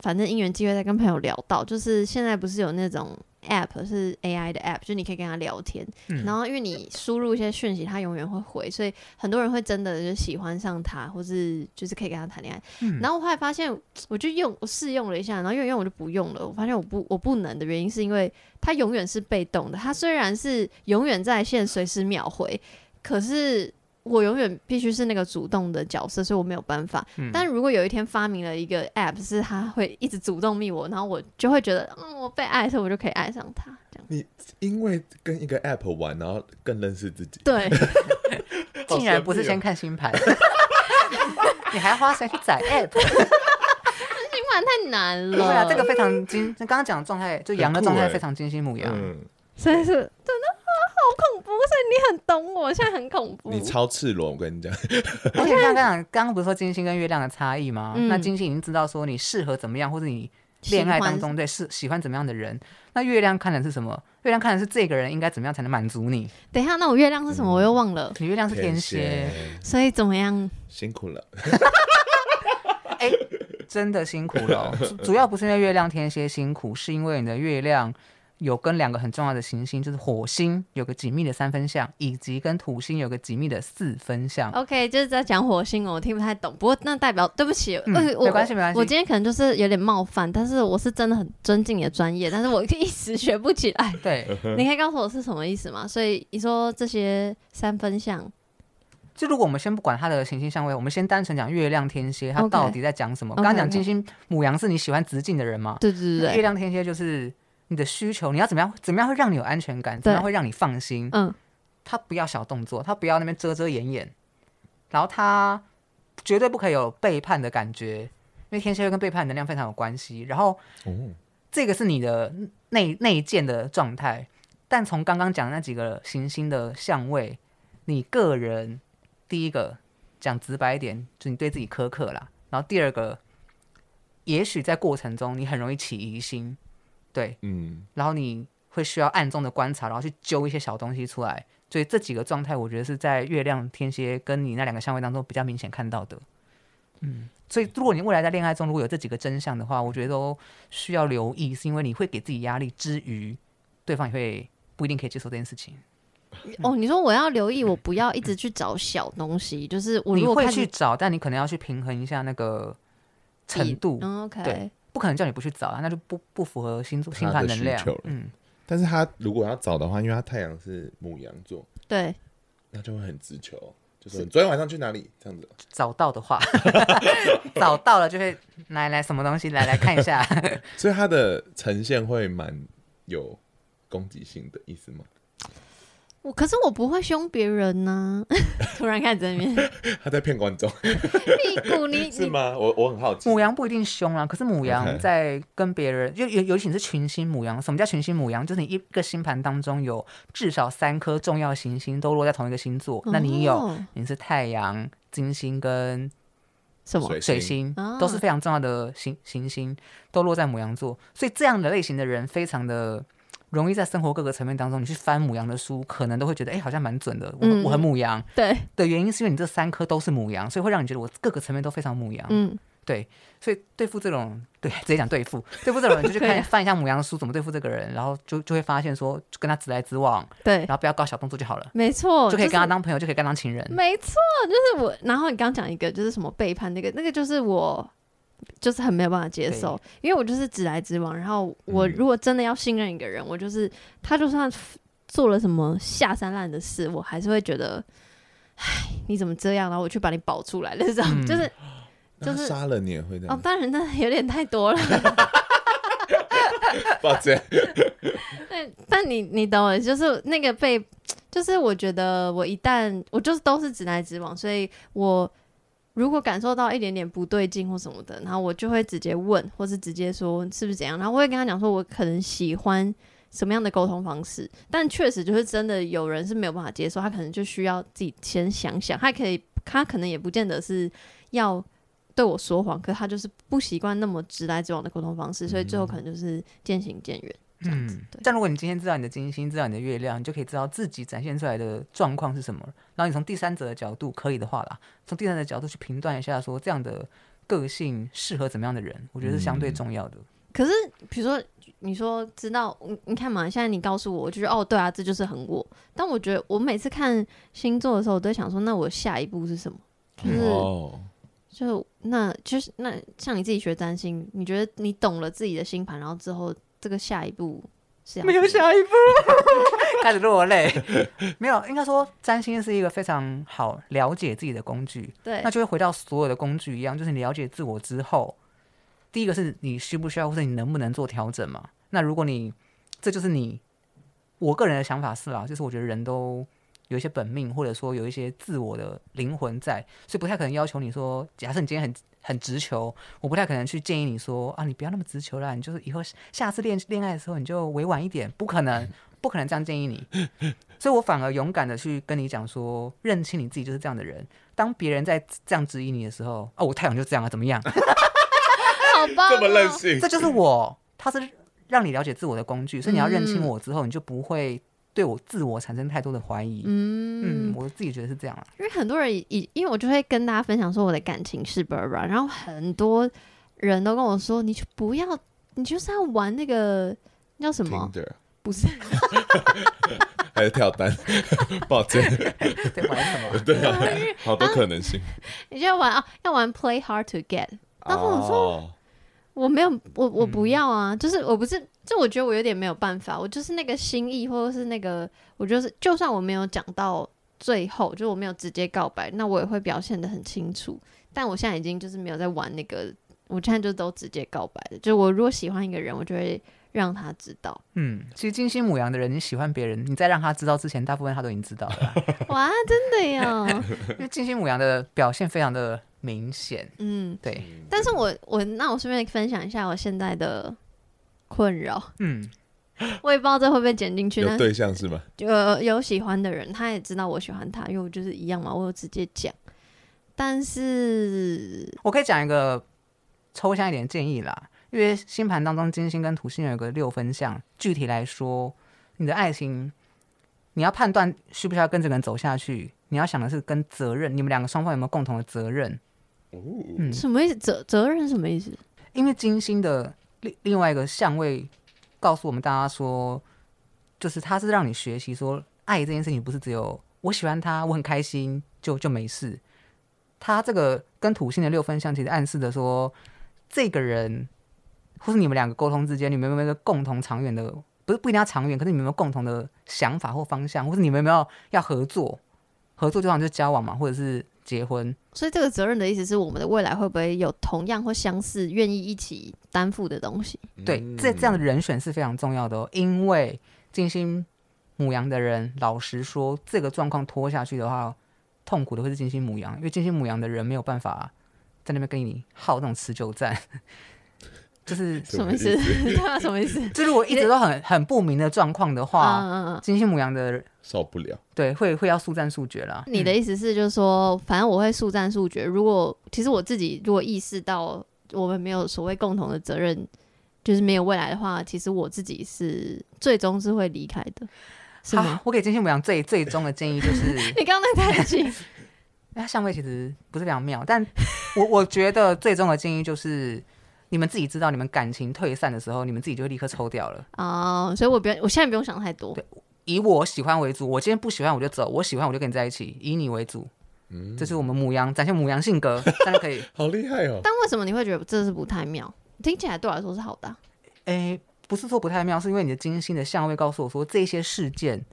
[SPEAKER 2] 反正因缘机会在跟朋友聊到，就是现在不是有那种 app 是 AI 的 app，就是你可以跟他聊天，
[SPEAKER 1] 嗯
[SPEAKER 2] 然后因为你输入一些讯息，他永远会回，所以很多人会真的就喜欢上他，或是就是可以跟他谈恋爱。
[SPEAKER 1] 嗯
[SPEAKER 2] 然后我后来发现，我就用我试用了一下，然后用一用我就不用了。我发现我不我不能的原因是因为他永远是被动的，他虽然是永远在线，随时秒回，可是我永远必须是那个主动的角色，所以我没有办法。
[SPEAKER 1] 嗯
[SPEAKER 2] 但如果有一天发明了一个 app，是他会一直主动密我，然后我就会觉得，嗯，我被爱，所以我就可以爱上他，这样。
[SPEAKER 3] 你因为跟一个 app 玩，然后更认识自己，
[SPEAKER 2] 对，
[SPEAKER 3] 好
[SPEAKER 1] 竟然不是
[SPEAKER 3] 神
[SPEAKER 1] 先
[SPEAKER 3] 秘哦
[SPEAKER 1] 看星盘， 你还花时间去载 app。
[SPEAKER 2] 今晚太难了。
[SPEAKER 1] 对啊，这个非常精，刚刚讲的状态，就羊的
[SPEAKER 3] 很酷
[SPEAKER 1] 状态
[SPEAKER 3] 欸
[SPEAKER 1] 非常金星母羊。
[SPEAKER 3] 嗯，
[SPEAKER 2] 所以是真的好恐怖，所以你很懂我，现在很恐怖。
[SPEAKER 3] 嗯你超赤裸，我跟你讲，
[SPEAKER 1] 而且像刚刚刚刚不是说金星跟月亮的差异吗？
[SPEAKER 2] 嗯
[SPEAKER 1] 那金星已经知道说你适合怎么样，或者你
[SPEAKER 2] 喜
[SPEAKER 1] 恋
[SPEAKER 2] 欢
[SPEAKER 1] 爱当中对是喜欢怎么样的人。那月亮看的是什么？月亮看的是这个人应该怎么样才能满足你。
[SPEAKER 2] 等一下，那我月亮是什
[SPEAKER 1] 嗯
[SPEAKER 2] 么？我又忘了。
[SPEAKER 1] 你月亮是天蝎，
[SPEAKER 3] 天，
[SPEAKER 2] 所以怎么样？
[SPEAKER 3] 辛苦了，
[SPEAKER 1] 哎、哎、真的辛苦了哦、主主要不是因为月亮天蝎辛苦，是因为你的月亮有跟两个很重要的行星，就是火星有个紧密的三分相，以及跟土星有个紧密的四分相。
[SPEAKER 2] OK，就是在讲火星哦，我听不太懂。不过那代表对不起，
[SPEAKER 1] 嗯
[SPEAKER 2] 呃我
[SPEAKER 1] 没关系没关系
[SPEAKER 2] 我今天可能就是有点冒犯，但是我是真的很尊敬你的专业，但是我一时学不起 来。
[SPEAKER 1] 对，
[SPEAKER 2] 你可以告诉我是什么意思吗？所以你说这些三分项，
[SPEAKER 1] 就如果我们先不管它的行星相位，我们先单纯讲月亮天蝎，它
[SPEAKER 2] OK
[SPEAKER 1] 到底在讲什么？刚
[SPEAKER 2] OK，
[SPEAKER 1] 刚讲
[SPEAKER 2] OK
[SPEAKER 1] 金星母羊是你喜欢直径的人嘛？
[SPEAKER 2] 对对对
[SPEAKER 1] 月
[SPEAKER 2] 对，
[SPEAKER 1] 亮天蝎就是你的需求，你要怎么样？怎么样会让你有安全感？怎么样
[SPEAKER 2] 对
[SPEAKER 1] 会让你放心？
[SPEAKER 2] 嗯，
[SPEAKER 1] 他不要小动作，他不要那边遮遮掩掩，然后他绝对不可以有背叛的感觉，因为天蝎跟背叛能量非常有关系。然后
[SPEAKER 3] 哦，
[SPEAKER 1] 这个是你的内内建的状态，但从刚刚讲的那几个行星的相位，你个人第一个讲直白一点，就你对自己苛刻啦。然后第二个，也许在过程中你很容易起疑心，对，
[SPEAKER 3] 嗯，
[SPEAKER 1] 然后你会需要暗中的观察，然后去揪一些小东西出来。所以这几个状态，我觉得是在月亮天蝎跟你那两个相位当中比较明显看到的。嗯，所以如果你未来在恋爱中如果有这几个真相的话，我觉得都需要留意，是因为你会给自己压力之余，对方也会不一定可以接受这件事情。
[SPEAKER 2] 哦，你说我要留意，我不要一直去找小东西，就是我
[SPEAKER 1] 你
[SPEAKER 2] 如果
[SPEAKER 1] 会
[SPEAKER 2] 开
[SPEAKER 1] 去
[SPEAKER 2] 始
[SPEAKER 1] 找，但你可能要去平衡一下那个程度，
[SPEAKER 2] 嗯，OK，
[SPEAKER 1] 对不可能叫你不去找啊，那就不不符合星座
[SPEAKER 3] 他
[SPEAKER 1] 星盘
[SPEAKER 3] 的
[SPEAKER 1] 能
[SPEAKER 3] 需
[SPEAKER 1] 量
[SPEAKER 3] 求了。
[SPEAKER 1] 嗯，
[SPEAKER 3] 但是他如果要找的话，因为他太阳是母羊座，
[SPEAKER 2] 对，
[SPEAKER 3] 那就会很直球，就是你昨天晚上去哪里这样子。
[SPEAKER 1] 找到的话， 找到了就会来来什么东西来来看一下。
[SPEAKER 3] 所以他的呈现会蛮有攻击性的意思吗？
[SPEAKER 2] 我可是我不会凶别人呢、 突然开始在那边
[SPEAKER 3] 他在骗观众
[SPEAKER 2] 屁 股你，
[SPEAKER 3] 是
[SPEAKER 2] 你
[SPEAKER 3] 吗？我我很好奇。
[SPEAKER 1] 母羊不一定凶啊，可是母羊
[SPEAKER 3] OK
[SPEAKER 1] 在跟别人，就尤尤其是群星母羊。什么叫群星母羊？就是你一个星盘当中有至少三颗重要行星都落在同一个星座，那你有
[SPEAKER 2] 哦
[SPEAKER 1] 你是太阳、金星跟
[SPEAKER 2] 什么？
[SPEAKER 3] 水
[SPEAKER 1] 水星
[SPEAKER 3] 星
[SPEAKER 2] 哦，
[SPEAKER 1] 都是非常重要的行行星，都落在母羊座，所以这样的类型的人非常的。容易在生活各个层面当中，你去翻母羊的书，可能都会觉得，哎、好像蛮准的。我、
[SPEAKER 2] 嗯
[SPEAKER 1] 我很母羊
[SPEAKER 2] 对，
[SPEAKER 1] 的原因是因为你这三颗都是母羊，所以会让你觉得我各个层面都非常母羊。
[SPEAKER 2] 嗯，
[SPEAKER 1] 所以对付这种，对，直接讲对付，对付这种人就去
[SPEAKER 2] 可以
[SPEAKER 1] 看翻一下母羊的书，怎么对付这个人，然后就就会发现说，就跟他直来直往，
[SPEAKER 2] 对
[SPEAKER 1] 然，后不要搞小动作就好了，
[SPEAKER 2] 没错，
[SPEAKER 1] 就可以
[SPEAKER 2] 是
[SPEAKER 1] 跟他当朋友，就可以跟他当情人。
[SPEAKER 2] 没错，就是我。然后你刚讲一个，就是什么背叛那个，那个就是我，就是很没有办法接受，因为我就是直来直往。然后我
[SPEAKER 3] 嗯
[SPEAKER 2] 如果真的要信任一个人，我就是他就算做了什么下三滥的事，我还是会觉得，唉，你怎么这样？然后我去把你保出来那种，
[SPEAKER 1] 嗯
[SPEAKER 2] 就是
[SPEAKER 3] 那他
[SPEAKER 2] 就是
[SPEAKER 3] 杀了你也会这
[SPEAKER 2] 哦
[SPEAKER 3] 样，，
[SPEAKER 2] 当然那有点太多 了。
[SPEAKER 3] 抱歉。
[SPEAKER 2] 但但你你懂我，就是那个被，就是我觉得我一旦我就是都是直来直往，所以我如果感受到一点点不对劲或什么的，然后我就会直接问，或是直接说嗯是不是怎样，然后我会跟他讲说哦我可能喜欢什么样的沟通方式，但确实就是真的有人是没有办法接受，他可能就需要自己先想想，他可以他可能也不见得是要。对我说谎，可他就是不习惯那么直来直往的沟通方式，所以最后可能就是渐行渐远这样子。
[SPEAKER 1] 嗯
[SPEAKER 2] 对，
[SPEAKER 1] 但如果你今天知道你的金星，知道你的月亮，你就可以知道自己展现出来的状况是什么。然后你从第三者的角度，可以的话啦，从第三者的角度去评断一下，说这样的个性适合怎么样的人，我觉得是相对
[SPEAKER 2] 嗯
[SPEAKER 1] 重要的。
[SPEAKER 2] 可是，比如说，你说知道，你你看嘛，现在你告诉我，我就觉得哦，对啊，这就是很我。但我觉得，我每次看星座的时候，我都会想说，那我下一步是什么？就是、
[SPEAKER 3] 哦，
[SPEAKER 2] 就那，就是那，像你自己学占星，你觉得你懂了自己的星盘，然后之后这个下一步是要
[SPEAKER 1] 没有
[SPEAKER 2] 怎么样
[SPEAKER 1] 下一步， 开始落泪。没有，应该说占星是一个非常好了解自己的工具。那
[SPEAKER 2] 对，
[SPEAKER 1] 就会回到所有的工具一样，就是你了解自我之后，第一个是你需不需要，或者你能不能做调整嘛？那如果你这就是你，我个人的想法是啦，就是我觉得人都有一些本命，或者说有一些自我的灵魂在，所以不太可能要求你说，假设你今天很很直球，我不太可能去建议你说啊，你不要那么直球啦，你就是以后下次恋恋爱的时候你就委婉一点，不可能。不可能这样建议你， 所以我反而勇敢的去跟你讲说，认清你自己就是这样的人，当别人在这样质疑你的时候，哦，我太阳就这样啊，怎么样？
[SPEAKER 2] 好棒、
[SPEAKER 3] 这么任
[SPEAKER 2] 哦，
[SPEAKER 3] 性
[SPEAKER 1] 这，就是我，它是让你了解自我的工具，所以你要认清我之后，你就不会对我自我产生太多的怀疑。嗯
[SPEAKER 2] 嗯，
[SPEAKER 1] 我自己觉得是这样啦。
[SPEAKER 2] 因为很多人以因为我就会跟大家分享说我的感情是 b 吧，然后很多人都跟我说，你就不要，你就是要玩那个那叫什么？
[SPEAKER 3] Tinder
[SPEAKER 2] 不是，
[SPEAKER 3] 还是跳 单，抱歉，
[SPEAKER 1] 对，玩什么？
[SPEAKER 3] 对啊，好多可能性。
[SPEAKER 2] 你就要玩啊，要玩 play hard to get。然后我说
[SPEAKER 3] 哦
[SPEAKER 2] 我没有，我我不要啊，就是我不是，就我觉得我有点没有办法，我就是那个心意，或者是那个，我就是，就算我没有讲到最后，就是我没有直接告白，那我也会表现的很清楚。但我现在已经就是没有在玩那个，我现在就都直接告白的，就我如果喜欢一个人，我就会让他知道。
[SPEAKER 1] 嗯，其实金星母羊的人，你喜欢别人，你在让他知道之前，大部分他都已经知道了啦，
[SPEAKER 2] 哇，真的呀，
[SPEAKER 1] 因为金星母羊的表现非常的明显。
[SPEAKER 2] 嗯，
[SPEAKER 1] 对，
[SPEAKER 2] 但是我我那我顺便分享一下我现在的困扰，
[SPEAKER 1] 嗯，
[SPEAKER 2] 我也不知道这会不会剪进去，但是
[SPEAKER 3] 有对象是吗？
[SPEAKER 2] 有呃有喜欢的人，他也知道我喜欢他，因为我就是一样嘛，我有直接讲。但嗯是，
[SPEAKER 1] 我可以讲一个抽象一点的建议啦，因为星盘当中金星跟土星有个六分相，具体来说，你的爱情，你要判断需不需要跟这个人走下去，你要想的是跟责任，你们两个双方有没有共同的责任？嗯，
[SPEAKER 2] 什么意思？责责任是什么意思？
[SPEAKER 1] 因为金星的另另外一个相位告诉我们大家说，就是它是让你学习说，爱这件事情不是只有我喜欢他，我很开心就就没事。它这个跟土星的六分相其实暗示着说，这个人或是你们两个沟通之间，你们有没有一个共同长远的，不是不一定要长远，可是你们有没有共同的想法或方向，或是你们有没有要合作？合作就像就交往嘛，或者是结婚。
[SPEAKER 2] 所以这个责任的意思是，我们的未来会不会有同样或相似、愿意一起担负的东西？
[SPEAKER 3] 嗯
[SPEAKER 1] 对，这这样的人选是非常重要的哦，因为金星母羊的人，老实说，这个状况拖下去的话，痛苦的会是金星母羊，因为金星母羊的人没有办法在那边跟你耗那种持久战， 就是
[SPEAKER 2] 什么意思？ 对啊，什么意思？
[SPEAKER 1] 就是我一直都很很不明的状况的话，
[SPEAKER 2] 嗯嗯嗯。
[SPEAKER 1] 金星母羊的
[SPEAKER 3] 受不了，
[SPEAKER 1] 对会会要速战速决啦。嗯
[SPEAKER 2] 你的意思是，就是说，反正我会速战速决。如果其实我自己如果意识到我们没有所谓共同的责任，就是没有未来的话，其实我自己是最终是会离开的，是吗
[SPEAKER 1] 好？，我给金星母羊最最终的建议就是，
[SPEAKER 2] 你刚刚那太近，
[SPEAKER 1] 那相位其实不是非常妙，但我我觉得最终的建议就是，你们自己知道你们感情退散的时候，你们自己就会立刻抽掉了。
[SPEAKER 2] 哦、所以我不用，我现在不用想太多。
[SPEAKER 1] 以我喜欢为主，我今天不喜欢我就走，我喜欢我就跟你在一起，以你为主。嗯，这是我们母羊展现母羊性格，当然可以。
[SPEAKER 3] 好厉害哦！
[SPEAKER 2] 但为什么你会觉得这是不太妙？听起来对我来说是好的啊、
[SPEAKER 1] 诶、哎不是说不太妙，是因为你的金星的相位告诉我说，这些事件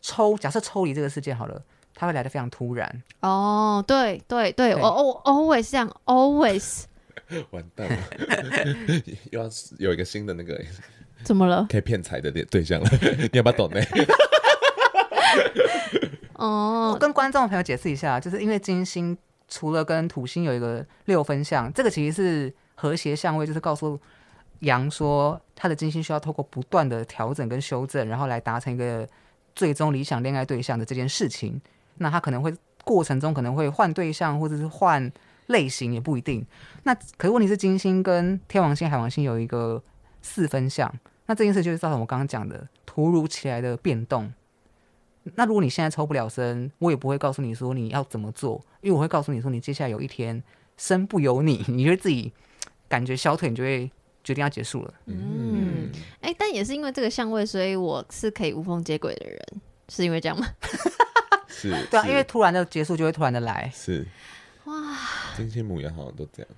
[SPEAKER 1] 抽假设抽离这个事件好了，它会来的非常突然。
[SPEAKER 2] 哦，对对对，
[SPEAKER 1] 对
[SPEAKER 2] 我我 always 这样，always
[SPEAKER 3] 完蛋了， 又要有一个新的那个
[SPEAKER 2] 怎么了？
[SPEAKER 3] 可以骗财的对对象了， 你要不要懂 呢？
[SPEAKER 1] 我
[SPEAKER 2] 哦，
[SPEAKER 1] 跟观众朋友解释一下，就是因为金星除了跟土星有一个六分相，这个其实是和谐相位，就是告诉羊说他的金星需要透过不断的调整跟修正，然后来达成一个最终理想恋爱对象的这件事情。那他可能会过程中可能会换对象，或者是换类型也不一定。那可是问题是，金星跟天王星、海王星有一个四分相，那这件事就是造成我刚刚讲的突如其来的变动。那如果你现在抽不了身，我也不会告诉你说你要怎么做，因为我会告诉你说你接下来有一天身不由你， 你就会自己感觉小腿，你就会决定要结束了。
[SPEAKER 2] 嗯，哎、但也是因为这个相位，所以我是可以无缝接轨的人，是因为这样吗？
[SPEAKER 3] 是，
[SPEAKER 1] 对啊，
[SPEAKER 3] 是
[SPEAKER 1] 因为突然的结束就会突然的来。
[SPEAKER 3] 是
[SPEAKER 2] 哇，
[SPEAKER 3] 金星母羊好像都这样。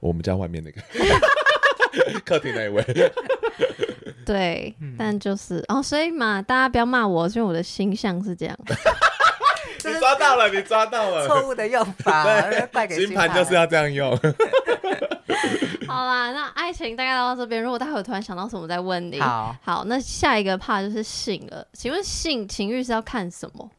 [SPEAKER 3] 我们家 外面那个客厅那一位，
[SPEAKER 2] 对，但就是哦，所以嘛，大家不要骂我，是因为我的星象是这 样。
[SPEAKER 3] 你抓到了，你抓到了，
[SPEAKER 1] 错误的用法，怪给
[SPEAKER 3] 星盘就是要这 样用。
[SPEAKER 2] 好啦，那爱情大概到这边，如果待会儿突然想到什么，再问你。
[SPEAKER 1] 好
[SPEAKER 2] 好，那下一个怕就是性了。请问性情欲是要看什么？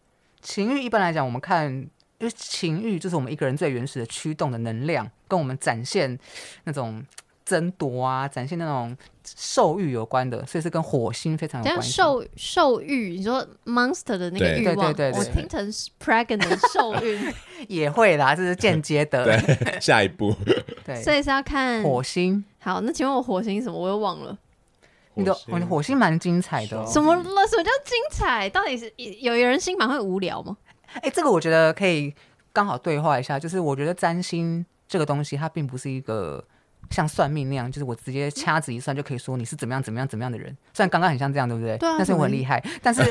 [SPEAKER 1] 情欲。一般来讲，我们看，因为情欲就是我们一个人最原始的驱动的能量，跟我们展现那种争夺啊，展现那种兽欲有关的，所以是跟火星非常有
[SPEAKER 2] 像
[SPEAKER 1] 关系。
[SPEAKER 2] 兽兽欲，你说 monster 的那个
[SPEAKER 3] 对
[SPEAKER 2] 欲
[SPEAKER 1] 对
[SPEAKER 2] 望，
[SPEAKER 1] 对对
[SPEAKER 2] 我
[SPEAKER 1] 对
[SPEAKER 2] 听成 pregnant 的 兽欲，
[SPEAKER 1] 也会啦，这是间接的。对
[SPEAKER 3] 对，下一步
[SPEAKER 1] 对，
[SPEAKER 2] 所以是要看
[SPEAKER 1] 火星。
[SPEAKER 2] 好，那请问我火星是什么？我又忘了。
[SPEAKER 1] 你的
[SPEAKER 3] 火星
[SPEAKER 1] 你的嗯火星蛮精彩的、哦。
[SPEAKER 2] 什么了？什么叫精彩？到底是有有人星盘会无聊吗？
[SPEAKER 1] 哎、这个我觉得可以刚好对话一下，就是我觉得占星这个东西，它并不是一个像算命那样，就是我直接掐指一算就可以说你是怎么样怎么样怎么样的人。虽然刚刚很像这样，对不对？
[SPEAKER 2] 对啊
[SPEAKER 1] 但是我很厉害，但是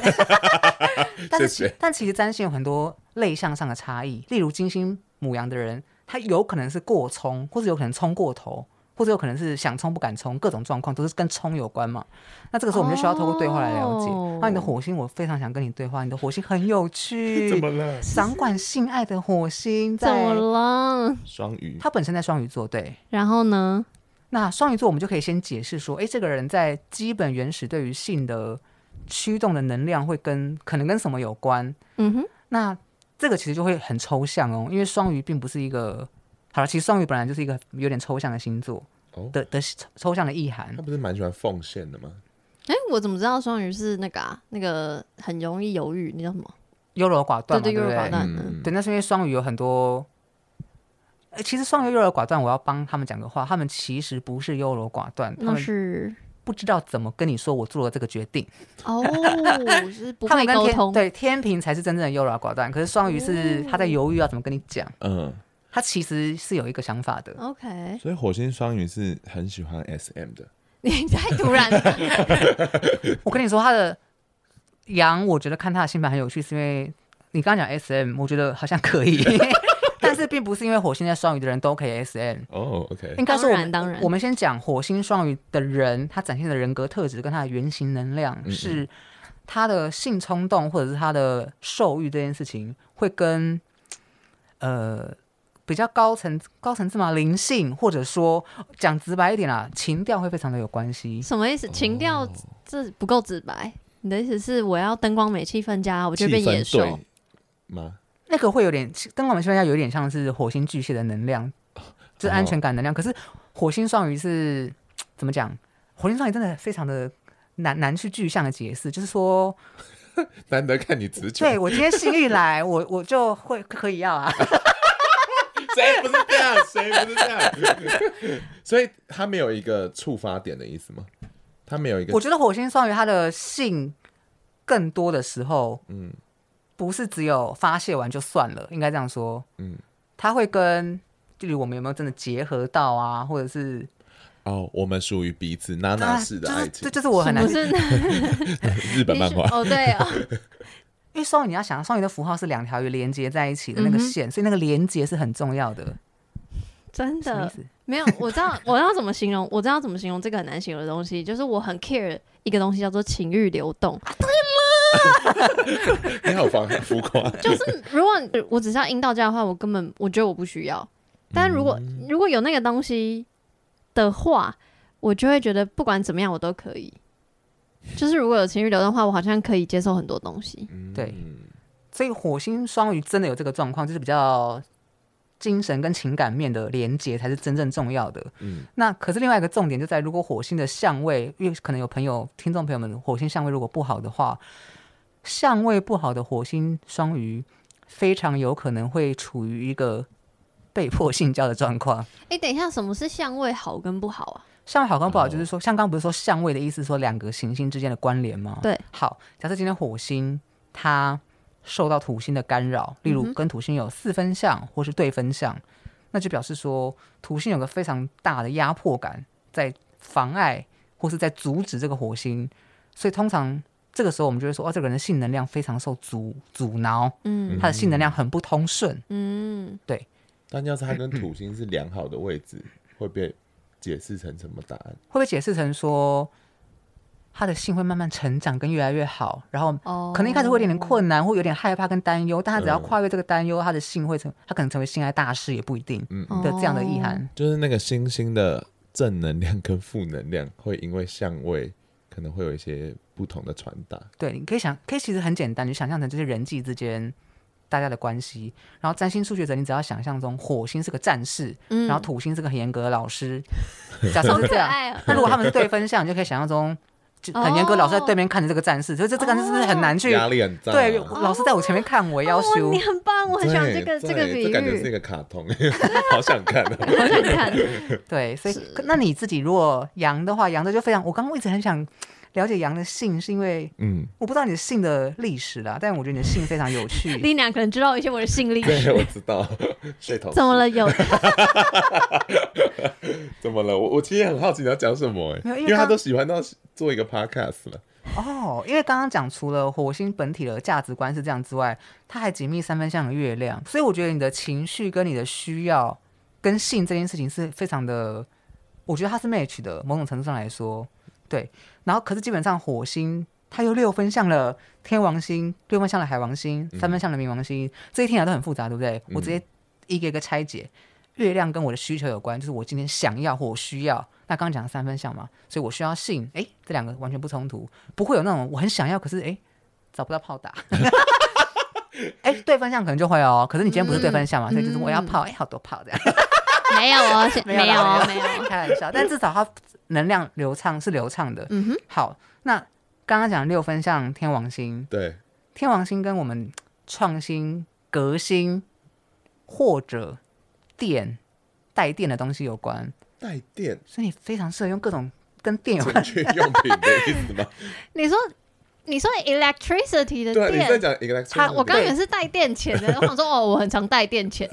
[SPEAKER 1] 但是
[SPEAKER 3] 谢谢
[SPEAKER 1] 其但其实占星有很多类项上的差异，例如金星母羊的人，他有可能是过冲，或者有可能冲过头。或者有可能是想冲不敢冲，各种状况都是跟冲有关嘛。那这个时候我们就需要透过对话来了解。
[SPEAKER 2] 哦
[SPEAKER 1] 那你的火星，我非常想跟你对话，你的火星很有趣。
[SPEAKER 3] 怎么了？
[SPEAKER 1] 掌管性爱的火星
[SPEAKER 2] 怎
[SPEAKER 1] 在，
[SPEAKER 2] 么了？
[SPEAKER 3] 双鱼
[SPEAKER 1] 它本身在双鱼座，对。
[SPEAKER 2] 然后呢？
[SPEAKER 1] 那双鱼座，我们就可以先解释说，诶，这个人在基本原始对于性的驱动的能量会跟可能跟什么有关？
[SPEAKER 2] 嗯哼，
[SPEAKER 1] 那这个其实就会很抽象哦，因为双鱼并不是一个，好了，其实双鱼本来就是一个有点抽象的星座
[SPEAKER 3] 哦，
[SPEAKER 1] 的的抽象的意涵
[SPEAKER 3] 他。不是蛮喜欢奉献的吗？
[SPEAKER 2] 哎、我怎么知道双鱼是那个啊？那个很容易犹豫，那叫什么？
[SPEAKER 1] 优柔寡断嘛，
[SPEAKER 2] 对对
[SPEAKER 1] 不
[SPEAKER 2] 优柔寡
[SPEAKER 1] 对？
[SPEAKER 2] 断那
[SPEAKER 3] 嗯
[SPEAKER 1] 对，那是因为双鱼有很多。诶其实双鱼优柔寡断，我要帮他们讲个话，他们其实不是优柔寡断，他
[SPEAKER 2] 那
[SPEAKER 1] 们
[SPEAKER 2] 是
[SPEAKER 1] 不知道怎么跟你说我做了这个决定。
[SPEAKER 2] 哦，就是不
[SPEAKER 1] 他
[SPEAKER 2] 会
[SPEAKER 1] 们跟
[SPEAKER 2] 沟
[SPEAKER 1] 天
[SPEAKER 2] 通。
[SPEAKER 1] 对天平才是真正的优柔寡断，可是双鱼是
[SPEAKER 2] 哦
[SPEAKER 1] 他在犹豫要怎么跟你讲，
[SPEAKER 3] 嗯，
[SPEAKER 1] 他其实是有一个想法的。
[SPEAKER 2] OK，
[SPEAKER 3] 所以火星双鱼是很喜欢 SM 的。
[SPEAKER 2] 你太突然了。
[SPEAKER 1] 我跟你说，他的羊，我觉得看他的星盘很有趣，是因为你刚刚讲 S M，我觉得好像可以， 但是并不是因为火星在双鱼的人都可以 S M。
[SPEAKER 3] 哦，OK，
[SPEAKER 1] 应该说我们
[SPEAKER 2] 当然当然
[SPEAKER 1] 我们先讲火星双鱼的人，他展现的人格特质跟他的原型能量
[SPEAKER 3] 嗯
[SPEAKER 1] 是他的性冲动或者是他的兽欲这件事情，会跟呃比较高层高层次嘛灵性，或者说讲直白一点啦，情调会非常的有关系。
[SPEAKER 2] 什么意思？情调
[SPEAKER 3] 哦
[SPEAKER 2] 这不够直白。你的意思是我要灯光美、气氛佳，我
[SPEAKER 3] 气
[SPEAKER 2] 就变野
[SPEAKER 3] 氛
[SPEAKER 2] 兽
[SPEAKER 3] 对？吗？
[SPEAKER 1] 那个会有点跟我们现在有点像是火星巨蟹的能量，
[SPEAKER 3] 哦
[SPEAKER 1] 就是安全感能量。可是火星双鱼是怎么讲？火星双鱼真的非常的难难去具象的解释，就是说。
[SPEAKER 3] 难得看你直觉，
[SPEAKER 1] 对我今天性欲来，我我就会可以要啊。
[SPEAKER 3] 谁不是这样？谁不是这样？ 所以他没有一个触发点的意思吗？他没有一个
[SPEAKER 1] 我觉得火星双鱼它的性更多的时候，嗯，不是只有发泄完就算了，应该这样说，
[SPEAKER 3] 嗯
[SPEAKER 1] 嗯，它会跟距离我们有没有真的结合到啊，或者是
[SPEAKER 3] 哦，我们属于彼此娜娜
[SPEAKER 1] 啊
[SPEAKER 3] 式的
[SPEAKER 1] 就
[SPEAKER 3] 爱
[SPEAKER 1] 是这
[SPEAKER 3] 情，
[SPEAKER 1] 就是我很难
[SPEAKER 2] 不，是
[SPEAKER 3] 日本漫 画
[SPEAKER 2] 哦，对哦，
[SPEAKER 1] 因为双鱼你要想，双鱼的符号是两条鱼连接在一起的那个
[SPEAKER 2] 嗯哼
[SPEAKER 1] 线，所以那个连接是很重要的。
[SPEAKER 2] 真
[SPEAKER 1] 什么意
[SPEAKER 2] 的
[SPEAKER 1] 思？
[SPEAKER 2] 没有，我知道，我知道怎么形容，我知道怎么形容这个很难形容的东西，就是我很 care 一个东西叫做情欲流 动，
[SPEAKER 3] 你好浮浮 夸，
[SPEAKER 2] 就是如果我只是要阴道这样的话，我根本我觉得我不需要，但如果、如果有那个东西的话，我就会觉得不管怎么样我都可以。就是如果有情欲流动的话，我好像可以接受很多东西。
[SPEAKER 3] 嗯
[SPEAKER 1] 对，所以火星双鱼真的有这个状况，就是比较精神跟情感面的连接才是真正重要的。
[SPEAKER 3] 嗯，
[SPEAKER 1] 那可是另外一个重点就在，如果火星的相位，因为可能有朋友、听众朋友们，火星相位如果不好的话，相位不好的火星双鱼非常有可能会处于一个被迫性交的状况。
[SPEAKER 2] 哎、等一下，什么是相位好跟不好啊？
[SPEAKER 1] 相位好跟不好，
[SPEAKER 3] 哦
[SPEAKER 1] 就是说，像刚刚不是说相位的意思，说两个行星之间的关联吗？
[SPEAKER 2] 对。
[SPEAKER 1] 好，假设今天火星它受到土星的干扰，例如
[SPEAKER 2] 嗯哼
[SPEAKER 1] 跟土星有四分相或是对分相，那就表示说土星有个非常大的压迫感，在妨碍或是在阻止这个火星，所以通常这个时候我们就会说，哦，这个人的性能量非常受阻阻挠，
[SPEAKER 2] 嗯
[SPEAKER 1] 他的性能量很不通顺。
[SPEAKER 2] 嗯，
[SPEAKER 3] 但要是它跟土星是良好的位置，会被解释成什么答案？
[SPEAKER 1] 会不会解释成说，他的性会慢慢成长跟越来越好，然后
[SPEAKER 2] 哦
[SPEAKER 1] 可能一开始会有点点困难，或有点害怕跟担忧，但他只要跨越这个担忧，他的性会成，他可能成为性爱大师也不一定
[SPEAKER 3] 嗯
[SPEAKER 2] 嗯
[SPEAKER 1] 的这样的意涵。
[SPEAKER 3] 就是那个星星的正能量跟负能量，会因为相位可能会有一些不同的传达。
[SPEAKER 1] 对，你可以想，可以其实很简单，你想象成就是人际之间大家的关系。然后占星数学者，你只要想象中火星是个战士，
[SPEAKER 2] 嗯
[SPEAKER 1] 然后土星是个很严格的老师，假设
[SPEAKER 2] 好
[SPEAKER 1] 是
[SPEAKER 2] 可
[SPEAKER 1] 这样。
[SPEAKER 2] 爱啊！
[SPEAKER 1] 那如果他们是对分项，你就可以想象中就很严格，
[SPEAKER 2] 哦
[SPEAKER 1] 老师在对面看着这个战士，所以这这个战士是不是很难去？
[SPEAKER 3] 压力很大。啊
[SPEAKER 1] 对，老师在我前面看我也要
[SPEAKER 2] 哦，
[SPEAKER 1] 修
[SPEAKER 2] 你，很棒，我很喜欢这个
[SPEAKER 3] 对
[SPEAKER 2] 个
[SPEAKER 3] 对
[SPEAKER 2] 比
[SPEAKER 3] 这感觉是一
[SPEAKER 2] 喻，
[SPEAKER 3] 个卡通， 好想看哦。
[SPEAKER 2] 好想看。
[SPEAKER 1] 对，所以可那你自己如果羊的话，羊的就非常，我刚刚一直很想了解羊的姓，是因为
[SPEAKER 3] 嗯，
[SPEAKER 1] 我不知道你的姓的历史啦，但我觉得你的姓非常有趣。
[SPEAKER 2] 丽娜可能知道一些我的信历史，
[SPEAKER 3] 对，我知道。睡头
[SPEAKER 2] 怎么了？ 有
[SPEAKER 3] 怎么了？我我其实也很好奇你要讲什么哎、
[SPEAKER 1] 没有因为
[SPEAKER 3] 因为他
[SPEAKER 1] 刚
[SPEAKER 3] 都喜欢到做一个 podcast 了。
[SPEAKER 1] 哦，因为刚刚讲除了火星本体的价值观是这样之外，它还紧密三分像的月亮，所以我觉得你的情绪跟你的需要跟性这件事情是非常的，我觉得它是 match 的，某种程度上来说，对。然后可是基本上火星它又六分像了天王星，六分像了海王星，三分像了冥王星，这些听起来都很复杂，对不对？我直接一个一个拆解。月亮跟我的需求有关，就是我今天想要或我需要。那刚刚讲的三分像嘛，所以我需要性，诶，这两个完全不冲突，不会有那种我很想要，可是诶找不到炮打。诶，对分项可能就会哦，可是你今天不是对分项嘛，所以就是我要炮，诶，好多炮这样，
[SPEAKER 2] 没有哦？没有
[SPEAKER 1] 啦
[SPEAKER 2] 哦，没有哦。
[SPEAKER 1] 开玩笑，但至少它能量流畅是流畅的。
[SPEAKER 2] 嗯哼，
[SPEAKER 1] 好，那刚刚讲六分像天王星，
[SPEAKER 3] 对，
[SPEAKER 1] 天王星跟我们创新、革新或者电带电的东西有关，
[SPEAKER 3] 带电
[SPEAKER 1] 所以你非常适合用各种跟电有关
[SPEAKER 3] 准
[SPEAKER 1] 的
[SPEAKER 3] 确用品的意思吗？
[SPEAKER 2] 你说你说 electricity 的
[SPEAKER 3] 对啊，你在
[SPEAKER 2] 电，
[SPEAKER 3] 讲 electricity
[SPEAKER 2] 他我刚也是带电钱的，我想说哦，我很常带电钱，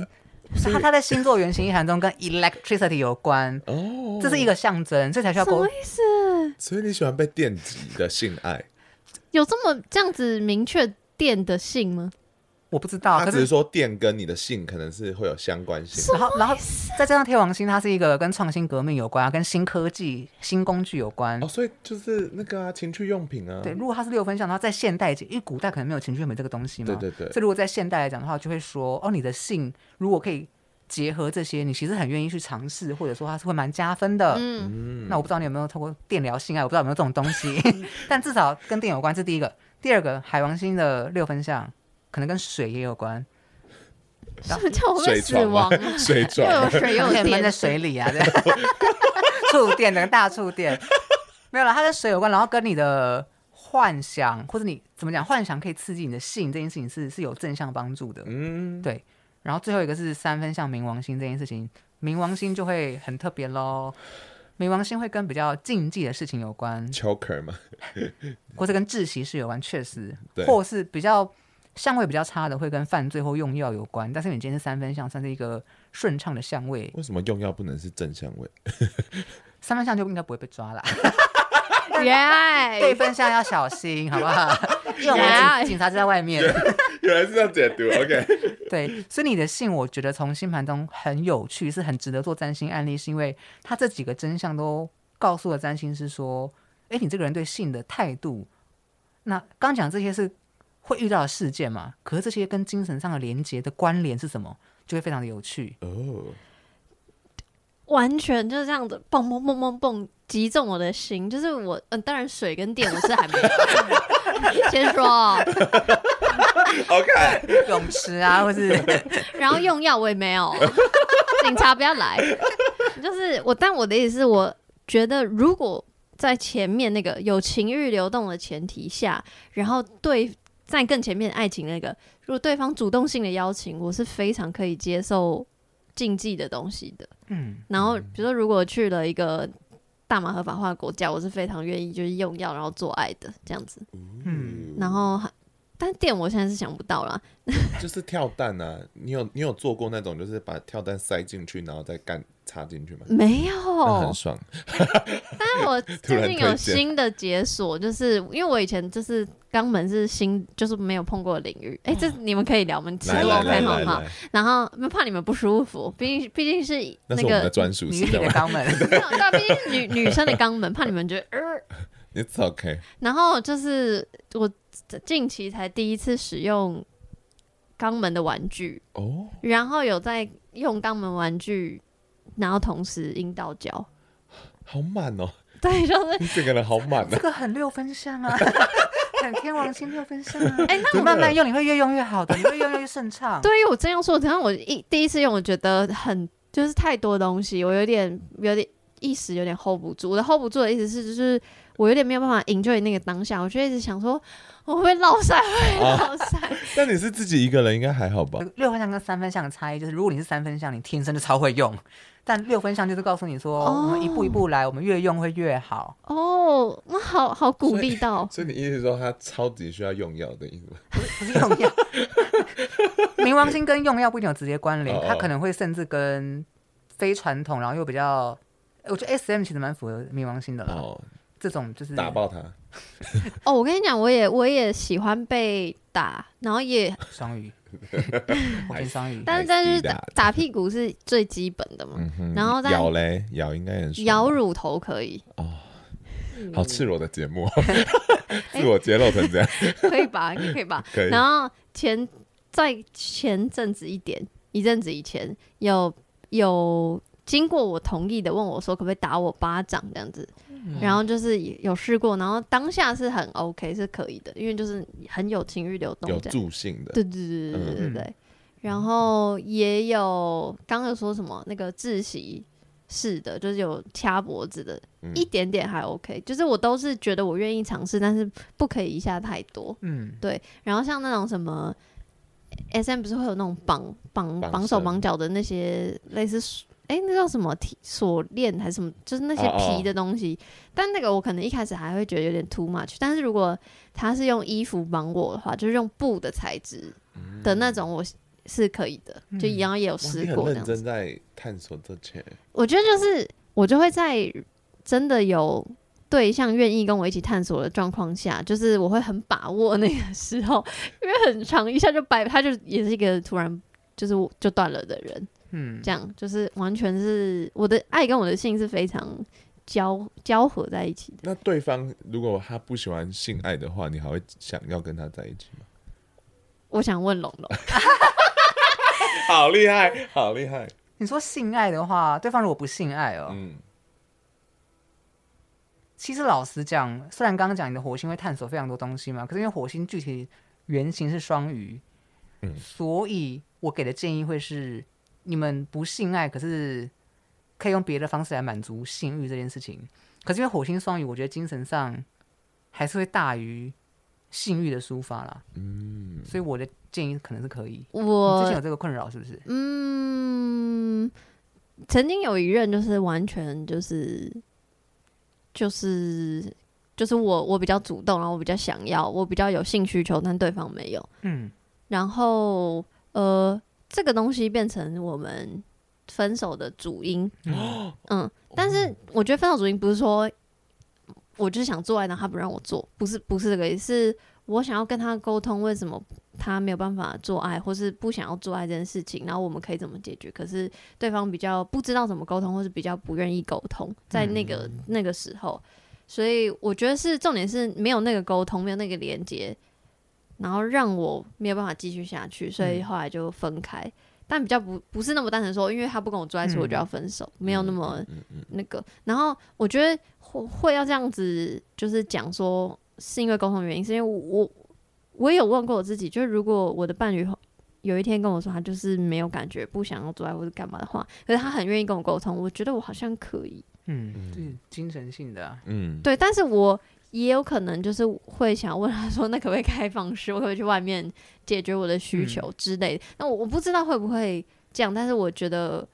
[SPEAKER 1] 它它在星座原型意涵中跟 electricity 有关，
[SPEAKER 3] 哦，
[SPEAKER 1] 这是一个象征，这才需 要
[SPEAKER 2] 嗯什
[SPEAKER 1] 沟
[SPEAKER 2] 么。意思？
[SPEAKER 3] 所以你喜欢被电击的性 爱？
[SPEAKER 2] 有这么这样子明确电的性吗？
[SPEAKER 1] 我不知道，
[SPEAKER 3] 他
[SPEAKER 1] 可
[SPEAKER 3] 只是
[SPEAKER 1] 是
[SPEAKER 3] 说电跟你的性可能是会有相关性。
[SPEAKER 1] 然后然后再加上天王星，它是一个跟创新革命有关啊，跟新科技、新工具有关
[SPEAKER 3] 哦，。所以就是那个啊，情趣用品啊，
[SPEAKER 1] 对，如果它是六分相，它在现代，因为古代可能没有情趣用品这个东西嘛，
[SPEAKER 3] 对对对
[SPEAKER 1] 所以如果在现代来讲的话，就会说哦，你的性如果可以结合这些，你其实很愿意去尝试，或者说它是会蛮加分的。
[SPEAKER 2] 嗯，
[SPEAKER 1] 那我不知道你有没有透过电疗性爱，我不知道有没有这种东 西，但至少跟电有关，这是第一个。第二个，海王星的六分相可能跟水也有关，
[SPEAKER 2] 什么叫我
[SPEAKER 3] 水
[SPEAKER 2] 会死
[SPEAKER 3] 床
[SPEAKER 2] 亡
[SPEAKER 3] 啊
[SPEAKER 2] 啊？，
[SPEAKER 3] 水
[SPEAKER 2] 又
[SPEAKER 3] 床
[SPEAKER 2] 有
[SPEAKER 3] 啊，
[SPEAKER 2] 水又
[SPEAKER 1] 它可
[SPEAKER 2] 有
[SPEAKER 1] 以闷在
[SPEAKER 2] 电，
[SPEAKER 1] 水里啊，对， 触电的大触电，没有啦，它跟水有关，然后跟你的幻想或者你怎么讲，幻想可以刺激你的性这件事情是是有正向帮助的。
[SPEAKER 3] 嗯，
[SPEAKER 1] 对，然后最后一个是三分像冥王星这件事情，冥王星就会很特别喽。冥王星会跟比较禁忌的事情有关，
[SPEAKER 3] ，choker 嘛，
[SPEAKER 1] 或者跟窒息是有关，确实
[SPEAKER 3] 对，
[SPEAKER 1] 或是比较相位比较差的，会跟犯罪或用药有关。但是你今天是三分相，算是一个顺畅的相位，
[SPEAKER 3] 为什么用药不能是正相位？
[SPEAKER 1] 三分相就应该不会被抓啦。
[SPEAKER 2] 原来
[SPEAKER 1] 对分相要小心，好不 好？因为我们
[SPEAKER 2] 哎
[SPEAKER 1] 警警察就在外面。
[SPEAKER 3] 原来是这样解读，OK，
[SPEAKER 1] 对，所以你的信，我觉得从星盘中很有趣，是很值得做占星案例，是因为它这几个真相都告诉了占星师说，哎，你这个人对性的态度，那刚讲这些是会遇到的事件嘛，可是这些跟精神上的连接的关联是什么，就会非常的有趣。
[SPEAKER 3] 哦，
[SPEAKER 2] 完全就是这样子，蹦蹦蹦蹦蹦，击中我的心。就是我，嗯、当然水跟电我是还没有， 先说哦。
[SPEAKER 1] 泳池啊，或 是
[SPEAKER 2] 然后用药我也没有， 警察不要来。就是我，但我的意思是，我觉得如果在前面那个有情欲流动的前提下，然后对在更前面爱情那个，如果对方主动性的邀请，我是非常可以接受禁忌的东西的。
[SPEAKER 1] 嗯，
[SPEAKER 2] 然后比如说，如果去了一个大麻合法化的国家，我是非常愿意就是用药然后做爱的这样子。
[SPEAKER 1] 嗯
[SPEAKER 2] 然后还，但电我现在是想不到啦。
[SPEAKER 3] 就是跳蛋啊，你有你有做过那种就是把跳蛋塞进去，然后再干插进去吗？
[SPEAKER 2] 没
[SPEAKER 3] 嗯那
[SPEAKER 2] 有
[SPEAKER 3] 很，爽，
[SPEAKER 2] 但我
[SPEAKER 3] 突然
[SPEAKER 2] 最近
[SPEAKER 3] 推
[SPEAKER 2] 有
[SPEAKER 3] 荐
[SPEAKER 2] 新的解锁，就是因为我以前就是肛门是新，就是没有碰过的领域。哎、这你们可以聊，我们尺
[SPEAKER 3] 啊来
[SPEAKER 2] 度
[SPEAKER 3] 来
[SPEAKER 2] OK
[SPEAKER 3] 来
[SPEAKER 2] 好
[SPEAKER 3] 来
[SPEAKER 2] 不好？
[SPEAKER 3] 来，
[SPEAKER 2] 然后怕你们不舒服，毕竟毕竟是
[SPEAKER 3] 那是我们的
[SPEAKER 2] 个。
[SPEAKER 3] 专属，
[SPEAKER 1] 女
[SPEAKER 3] 是
[SPEAKER 1] 体
[SPEAKER 3] 的
[SPEAKER 1] 的
[SPEAKER 3] 吗
[SPEAKER 1] 肛门，
[SPEAKER 2] 没有对啊，毕竟是女女生的肛门，怕你们觉得呃，
[SPEAKER 3] ？It's OK，
[SPEAKER 2] 然后就是我近期才第一次使用肛门的玩具，
[SPEAKER 3] 哦，
[SPEAKER 2] 然后有在用肛门玩具，然后同时阴道胶，
[SPEAKER 3] 好满哦，
[SPEAKER 2] 对，就是
[SPEAKER 3] 你整个人好满
[SPEAKER 1] 这
[SPEAKER 3] 啊，
[SPEAKER 1] 个很六分相啊，很天王星六分相啊。
[SPEAKER 2] 哎、那
[SPEAKER 1] 你慢慢用，你会越用越好的，你会越用越顺畅。
[SPEAKER 2] 对于我这样说，然后我一第一次用，我觉得很就是太多东西，我有点有点一时有点 hold 不住。我的 hold 不住的意思是，就是我有点没有办法 enjoy 那个当下，我就一直想说，我会不会落晒，会不会落晒。
[SPEAKER 3] 但你是自己一个人，应该还好吧？
[SPEAKER 1] 六分项跟三分项的差异就是，如果你是三分项，你天生就超会用；但六分项就是告诉你说，
[SPEAKER 2] 哦
[SPEAKER 1] 我们一步一步来，我们越用会越好。
[SPEAKER 2] 哦，那好好鼓励到，
[SPEAKER 3] 所以你意思是说他超级需要用药的意思吗？
[SPEAKER 1] 不是用药， 冥王星跟用药不一定有直接关联
[SPEAKER 3] 哦，
[SPEAKER 1] 它可能会甚至跟非传统，然后又比较，我觉得 S M 其实蛮符合冥王星的啦。
[SPEAKER 3] 哦，
[SPEAKER 1] 这种就是
[SPEAKER 3] 打爆他！
[SPEAKER 2] 哦，我跟你讲，我也我也喜欢被打，然后也，
[SPEAKER 1] 双 鱼，我跟双鱼，
[SPEAKER 2] 但是但是
[SPEAKER 3] 被打
[SPEAKER 2] 打打屁股是最基本的嘛，
[SPEAKER 3] 嗯哼，
[SPEAKER 2] 然后再
[SPEAKER 3] 咬嘞，咬应该很爽
[SPEAKER 2] 咬乳头可以，
[SPEAKER 3] 哦，
[SPEAKER 2] 嗯
[SPEAKER 3] 好赤裸的节 目，自我揭露成这样，
[SPEAKER 2] 可以吧，可以吧。
[SPEAKER 3] 可以
[SPEAKER 2] 然后前在前阵子一点一阵子以前，有有经过我同意的问我说可不可以打我巴掌这样子，
[SPEAKER 1] 嗯
[SPEAKER 2] 然后就是有试过，然后当下是很 OK 是可以的，因为就是很有情欲流动
[SPEAKER 3] 有
[SPEAKER 2] 这样。
[SPEAKER 3] 助性的嗯
[SPEAKER 2] 对对对对对对对。然后也有刚刚有说什么那个窒息式的，就是有掐脖子的，
[SPEAKER 3] 嗯
[SPEAKER 2] 一点点还 OK，就是我都是觉得我愿意尝试，但是不可以一下太多。
[SPEAKER 1] 嗯，
[SPEAKER 2] 对，然后像那种什么 S M 不是会有那种绑绑
[SPEAKER 3] 绑
[SPEAKER 2] 绑手
[SPEAKER 3] 绳
[SPEAKER 2] 绑脚的那些类似锁，哎、那叫什么体锁链还是什么，就是那些
[SPEAKER 3] 哦哦
[SPEAKER 2] 皮的东西。但那个我可能一开始还会觉得有点 too much，但是如果他是用衣服绑我的话，就是用布的材质
[SPEAKER 3] 嗯
[SPEAKER 2] 的那种，我是可以的，就一样也有
[SPEAKER 3] 哇
[SPEAKER 2] 试
[SPEAKER 3] 你很
[SPEAKER 2] 过这
[SPEAKER 3] 认
[SPEAKER 2] 样子。
[SPEAKER 3] 真在探索这切，
[SPEAKER 2] 我觉得就是我就会在真的有对象愿意跟我一起探索的状况下，就是我会很把握那个时候， 因为很长一下就掰，他就也是一个突然就是我就断了的人，
[SPEAKER 1] 嗯，
[SPEAKER 2] 这样就是完全是我的爱跟我的性是非常交交合在一起的。
[SPEAKER 3] 那对方如果他不喜欢性爱的话，你还会想要跟他在一起吗？
[SPEAKER 2] 我想问龙龙，
[SPEAKER 3] 好厉害，好厉害！
[SPEAKER 1] 你说性爱的话，对方如果不性爱哦，
[SPEAKER 3] 嗯，
[SPEAKER 1] 其实老实讲，虽然刚刚讲你的火星会探索非常多东西嘛，可是因为火星具体原型是双鱼，
[SPEAKER 3] 嗯
[SPEAKER 1] 所以我给的建议会是，你们不性爱，可是可以用别的方式来满足性欲这件事情。可是因为火星双鱼，我觉得精神上还是会大于性欲的抒发啦。嗯，所以我的建议可能是可以。你之前有
[SPEAKER 2] 我
[SPEAKER 1] 这个困扰是不是？
[SPEAKER 2] 嗯，曾经有一任就是完全就是就是就是我我比较主动，然后我比较想要，我比较有性需求，但对方没有。
[SPEAKER 1] 嗯，
[SPEAKER 2] 然后呃，这个东西变成我们分手的主因。嗯，但是我觉得分手主因不是说我就是想做爱，然后他不让我做，不是不是这个意思，是我想要跟他沟通为什么他没有办法做爱，或是不想要做爱这件事情，然后我们可以怎么解决。可是对方比较不知道怎么沟通，或是比较不愿意沟通，在那个、那个时候。所以我觉得是重点是没有那个沟通，没有那个连接，然后让我没有办法继续下去，所以后来就分开。但比较不不是那么单纯说，因为他不跟我做爱，所以我就要分手，没有那么那个。然后我觉得会会要这样子，就是讲说是因为沟通原因，是因为我我我也有问过我自己，就是如果我的伴侣有一天跟我说他就是没有感觉，不想要做爱或者干嘛的话，可是他很愿意跟我沟通，我觉得我好像可以，
[SPEAKER 1] 嗯，就是精神性的啊、
[SPEAKER 3] 嗯，
[SPEAKER 2] 对，但是我也有可能就是会想问他说，那可不可以开放式？我可不可以去外面解决我的需求之类的？那我我不知道会不会这样，但是我觉得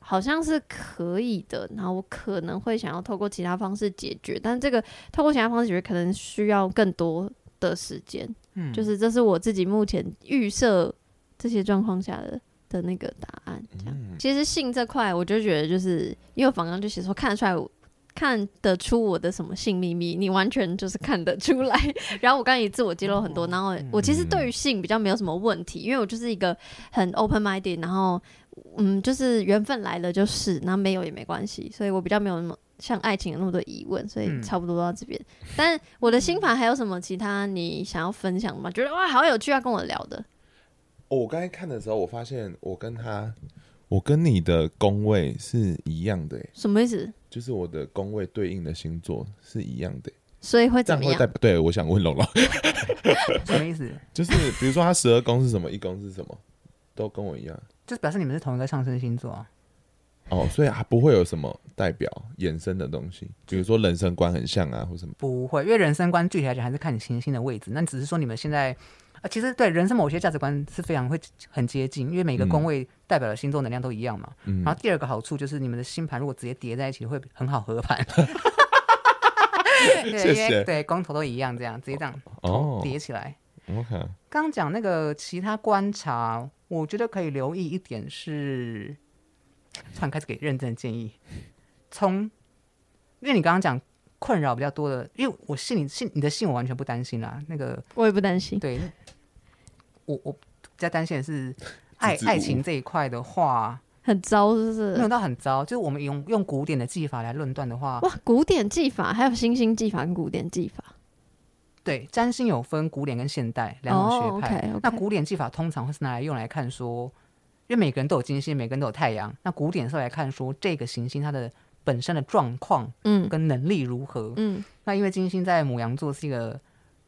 [SPEAKER 2] 好像是可以的。然后我可能会想要透过其他方式解决，但这个透过其他方式解决可能需要更多的时间。
[SPEAKER 1] 嗯，
[SPEAKER 2] 就是这是我自己目前预设这些状况下的的那个答案。这样，其实性这块，我就觉得就是因为反刚就写说看得出来我。看得出我的什么性秘密？你完全就是看得出来。 然后我刚才也自我揭露很多，然后我其实对于性比较没有什么问题，因为我就是一个很 open minded，然后嗯，就是缘分来了就是，然后没有也没关系，所以我比较没有那么像爱情有那么多疑问，所以
[SPEAKER 1] 嗯
[SPEAKER 2] 差不多到这边。但我的心法还有什么其他你想要分享的吗？觉得哇，好有趣要跟我聊的。
[SPEAKER 3] 哦我刚才看的时候，我发现我跟他，我跟你的宫位是一样的耶，
[SPEAKER 2] 什么意思？
[SPEAKER 3] 就是我的宫位对应的星座是一样的耶，
[SPEAKER 2] 所以会
[SPEAKER 3] 这
[SPEAKER 2] 怎
[SPEAKER 3] 样
[SPEAKER 2] 么
[SPEAKER 3] 会代
[SPEAKER 2] 样？
[SPEAKER 3] 表？对，我想问龙龙，
[SPEAKER 1] 什么意思？
[SPEAKER 3] 就是比如说他十二宫是什么，一宫是什么，都跟我一样。
[SPEAKER 1] 就是表示你们是同一个上升星座啊、
[SPEAKER 3] 哦，所以啊，不会有什么代表衍生的东西，比如说人生观很像啊，或什么。
[SPEAKER 1] 不会，因为人生观具体来讲还是看你行星的位置。那只是说你们现在，呃、其实对人生某些价值观是非常会很接近，因为每个宫位代表的星座能量都一样嘛。
[SPEAKER 3] 嗯
[SPEAKER 1] 然
[SPEAKER 3] 啊
[SPEAKER 1] 后第二个好处就是你们的星盘如果直接叠在一起会很好合盘。 对，
[SPEAKER 3] 谢
[SPEAKER 1] 因
[SPEAKER 3] 谢
[SPEAKER 1] 为对光头都一样，这样直接这样
[SPEAKER 3] 哦
[SPEAKER 1] 叠起来。
[SPEAKER 3] ，OK，
[SPEAKER 1] 刚刚讲那个其他观察，我觉得可以留意一点是，突然开始给认真的建议，从，因为你刚刚讲困扰比较多的，因为我信你信你的信我完全不担心啦，那个
[SPEAKER 2] 我也不担心。
[SPEAKER 1] 对，我我比较担心的是爱
[SPEAKER 3] 支支吾吾
[SPEAKER 1] 爱情这一块的话，
[SPEAKER 2] 很糟，是不
[SPEAKER 1] 没有
[SPEAKER 2] 是？
[SPEAKER 1] 到很糟，就是我们用用古典的技法来论断的话，
[SPEAKER 2] 哇，古典技法还有新兴技法跟古典技法，
[SPEAKER 1] 对，占星有分古典跟现代两种学派。
[SPEAKER 2] 哦，OK，OK
[SPEAKER 1] 那古典技法通常会是拿来用来看说，因为每个人都有金星，每个人都有太阳。那古典是来看说这个行星它的本身的状况
[SPEAKER 2] 嗯
[SPEAKER 1] 跟能力如何。
[SPEAKER 2] 嗯
[SPEAKER 1] 那因为金星在母羊座是一个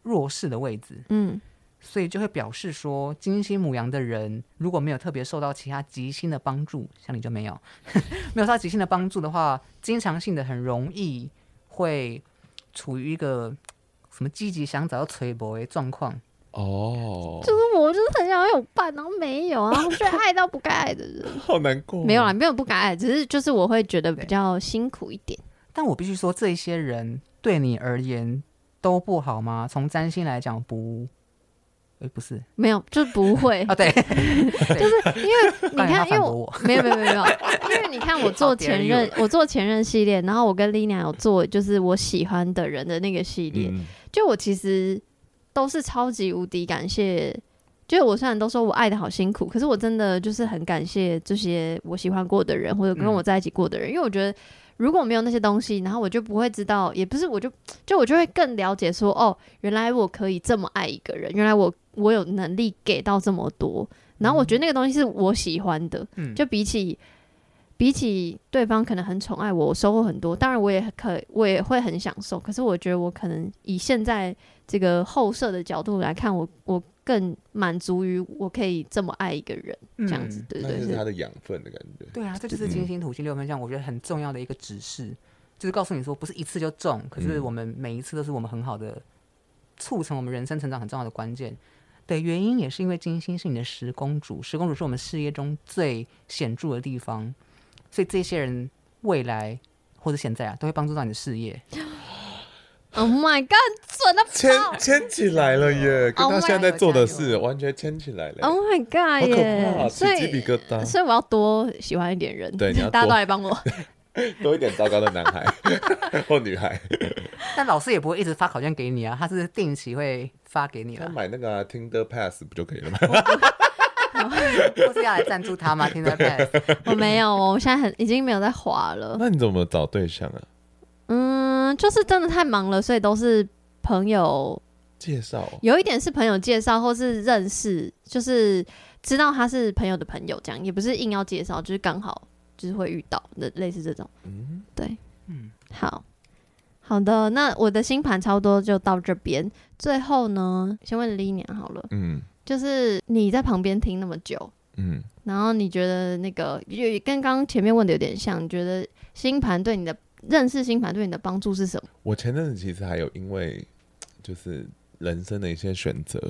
[SPEAKER 1] 弱势的位置，
[SPEAKER 2] 嗯，
[SPEAKER 1] 所以就会表示说，金星母羊的人如果没有特别受到其他吉星的帮助，像你就没有， 没有受到吉星的帮助的话，经常性的很容易会处于一个什么积极想找到垂博的状况。
[SPEAKER 3] 哦，
[SPEAKER 2] 就是我就是很想有伴，然后没有啊，然后却爱到不该爱的人。
[SPEAKER 1] 哦
[SPEAKER 3] 好难过。啊
[SPEAKER 2] 没有啦，，没有不该爱，只是就是我会觉得比较辛苦一点。
[SPEAKER 1] 但我必须说，这些人对你而言都不好吗？从占星来讲，不，诶，不是
[SPEAKER 2] 没有，就是不会
[SPEAKER 1] 啊，，对，
[SPEAKER 2] 就是因为 你
[SPEAKER 1] 不然他反
[SPEAKER 2] 看，因为
[SPEAKER 1] 驳
[SPEAKER 2] 我
[SPEAKER 1] 我，
[SPEAKER 2] 没有没有没有，没有，因为你看我
[SPEAKER 1] How
[SPEAKER 2] 做
[SPEAKER 1] dare
[SPEAKER 2] 前任，我做前任系列，然后我跟 Lina 有做就是我喜欢的人的那个系列，
[SPEAKER 3] 嗯，
[SPEAKER 2] 就我其实都是超级无敌感谢。就我虽然都说我爱的好辛苦，可是我真的就是很感谢这些我喜欢过的人，或者跟
[SPEAKER 1] 嗯
[SPEAKER 2] 我在一起过的人，因为我觉得如果没有那些东西，然后我就不会知道，也不是我就就我就会更了解说，哦，原来我可以这么爱一个人，原来我我有能力给到这么多，然后我觉得那个东西是我喜欢的，
[SPEAKER 1] 嗯，
[SPEAKER 2] 就比起比起对方可能很宠爱我，我收获很多，当然我也可我也会很享受，可是我觉得我可能以现在这个后设的角度来看，我我更满足于我可以这么爱一个人这样子，
[SPEAKER 1] 嗯
[SPEAKER 2] 对
[SPEAKER 3] 那
[SPEAKER 2] 对
[SPEAKER 3] 就是
[SPEAKER 2] 对
[SPEAKER 3] 它，的养分的感觉。
[SPEAKER 1] 对啊，这就是金星土星六分相，我觉得很重要的一个指示，就是告诉你说，不是一次就中，可是
[SPEAKER 3] 嗯
[SPEAKER 1] 我们每一次都是我们很好的促成我们人生成长很重要的关键。的原因也是因为金星是你的十公主，十公主是我们事业中最显著的地方，所以这些人未来或者现在啊，都会帮助到你的事业。
[SPEAKER 2] ，Oh my God，准的
[SPEAKER 3] 牵牵起来了耶，跟
[SPEAKER 2] Oh
[SPEAKER 3] 他
[SPEAKER 2] my
[SPEAKER 3] 现在在做的
[SPEAKER 1] God
[SPEAKER 3] 事完全牵起来了耶，
[SPEAKER 2] ，Oh my
[SPEAKER 3] 好
[SPEAKER 2] God
[SPEAKER 3] 可
[SPEAKER 2] 耶，
[SPEAKER 3] 怕啊，起
[SPEAKER 2] 所
[SPEAKER 3] 鸡皮
[SPEAKER 2] 以
[SPEAKER 3] 疙瘩，
[SPEAKER 2] 所以我要多喜欢一点人，
[SPEAKER 3] 对你 要
[SPEAKER 2] 大家
[SPEAKER 3] 多
[SPEAKER 2] 都来帮 我，
[SPEAKER 3] 多一点糟糕的男孩 或女孩。
[SPEAKER 1] 但老师也不会一直发考卷给你啊，他是定期会发给你
[SPEAKER 3] 他
[SPEAKER 1] 啦，
[SPEAKER 3] 买那个啊 Tinder Pass 不就可以了吗？
[SPEAKER 1] 或是要来赞助他吗？听得懂？
[SPEAKER 2] 我没有，我现在很已经没有在滑了。
[SPEAKER 3] 那你怎么找对象啊？
[SPEAKER 2] 嗯，就是真的太忙了，所以都是朋友，
[SPEAKER 3] 介绍哦
[SPEAKER 2] 有一点是朋友介绍或是认识，就是知道他是朋友的朋友，这样也不是硬要介绍，就是刚好就是会遇到的类似这种。
[SPEAKER 3] 嗯，
[SPEAKER 2] 对，
[SPEAKER 1] 嗯，
[SPEAKER 2] 好好的，那我的星盘差不多就到这边。最后呢，先问 l i n 好了，
[SPEAKER 3] 嗯
[SPEAKER 2] 就是你在旁边听那么久，
[SPEAKER 3] 嗯，
[SPEAKER 2] 然后你觉得那个也跟刚刚前面问的有点像，你觉得星盘对你的认识星盘对你的帮助是什么？
[SPEAKER 3] 我前阵子其实还有因为就是人生的一些选择，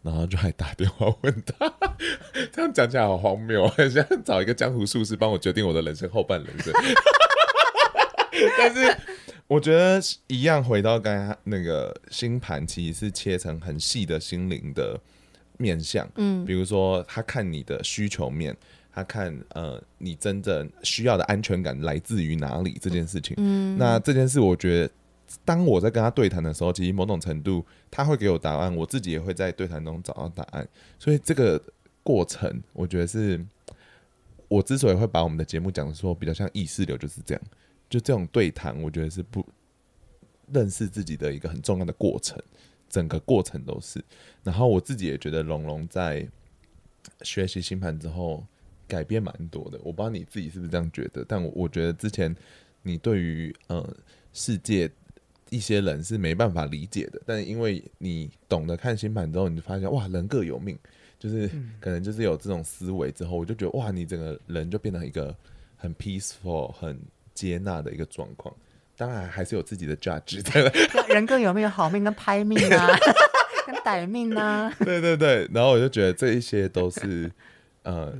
[SPEAKER 3] 然后就还打电话问他， 这样讲起来好荒谬啊，很像找一个江湖术士帮我决定我的人生后半人生。 但是我觉得一样，回到刚才那个星盘，其实是切成很细的心灵的面相。
[SPEAKER 2] 嗯
[SPEAKER 3] 比如说他看你的需求面，他看呃你真正需要的安全感来自于哪里这件事情。
[SPEAKER 2] 嗯，
[SPEAKER 3] 那这件事，我觉得当我在跟他对谈的时候，其实某种程度他会给我答案，我自己也会在对谈中找到答案。所以这个过程，我觉得是我之所以会把我们的节目讲说比较像意识流，就是这样，就这种对谈，我觉得是不认识自己的一个很重要的过程，整个过程都是。然后我自己也觉得龙龙在学习星盘之后。改变蛮多的，我不知道你自己是不是这样觉得，但我我觉得之前你对于呃世界一些人是没办法理解的，但因为你懂得看星盘之后，你就发现哇，人各有命，就是可能就是有这种思维之后，我就觉得哇，你整个人就变成一个很 peaceful、很接纳的一个状况。当然还是有自己的 judge 在，
[SPEAKER 1] 人各有命，有好命跟拍命啊， 跟歹命啊。
[SPEAKER 3] 对对对。然后我就觉得这一些都是，呃，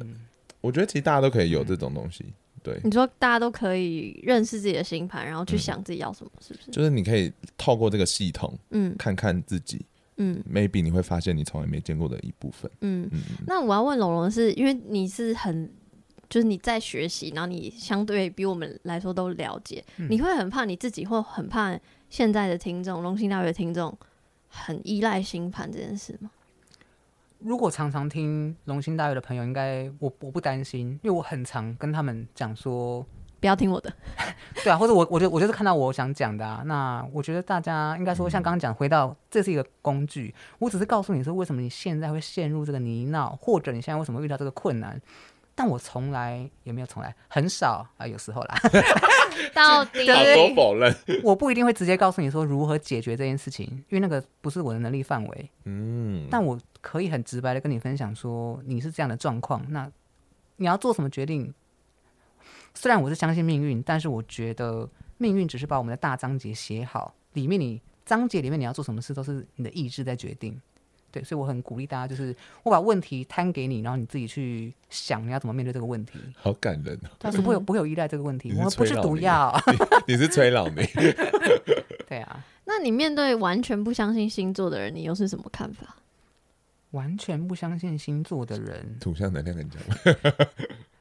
[SPEAKER 3] 我觉得其实大家都可以有这种东西，对，
[SPEAKER 2] 你说大家都可以认识自己的星盘，然后去想自己要什么，是不是？
[SPEAKER 3] 就是你可以透过这个系统
[SPEAKER 2] 嗯
[SPEAKER 3] 看看自己
[SPEAKER 2] 嗯
[SPEAKER 3] ，maybe 你会发现你从来没见过的一部分。
[SPEAKER 2] 嗯。
[SPEAKER 3] 嗯，嗯
[SPEAKER 2] 那我要问龙龙的是，因为你是很，就是你在学习，然后你相对比我们来说都了解，你会很怕你自己，或很怕现在的听众，龙兴大学的听众很依赖星盘这件事吗？
[SPEAKER 1] 如果常常听龙兴大学的朋友，应该我我不担心，因为我很常跟他们讲说，
[SPEAKER 2] 不要听我的，
[SPEAKER 1] 对啊，或者我我就我就是看到我想讲的啊。那我觉得大家应该说，像刚刚讲，回到这是一个工具，我只是告诉你说为什么你现在会陷入这个泥淖，或者你现在为什么会遇到这个困难。但我从来也没有从来很少啊，有时候啦，
[SPEAKER 2] 到底呃
[SPEAKER 1] 对
[SPEAKER 3] 好多否认，
[SPEAKER 1] 我不一定会直接告诉你说如何解决这件事情，因为那个不是我的能力范围。
[SPEAKER 3] 嗯，
[SPEAKER 1] 但我可以很直白的跟你分享说，你是这样的状况，那你要做什么决定？虽然我是相信命运，但是我觉得命运只是把我们的大章节写好，里面你章节里面你要做什么事都是你的意志在决定。对，所以我很鼓励大家，就是我把问题摊给你，然后你自己去想你要怎么面对这个问题。
[SPEAKER 3] 好感人哦！
[SPEAKER 1] 但是 不会有不会有依赖这个问题，
[SPEAKER 3] 你
[SPEAKER 1] 我们
[SPEAKER 3] 是
[SPEAKER 1] 不是
[SPEAKER 3] 催老
[SPEAKER 1] 毒
[SPEAKER 3] 你
[SPEAKER 1] 药。
[SPEAKER 3] 你是崔老你
[SPEAKER 1] 对啊，
[SPEAKER 2] 那你面对完全不相信星座的人，你又是什么看法？
[SPEAKER 1] 完全不相信星座的人，
[SPEAKER 3] 土象能量很强，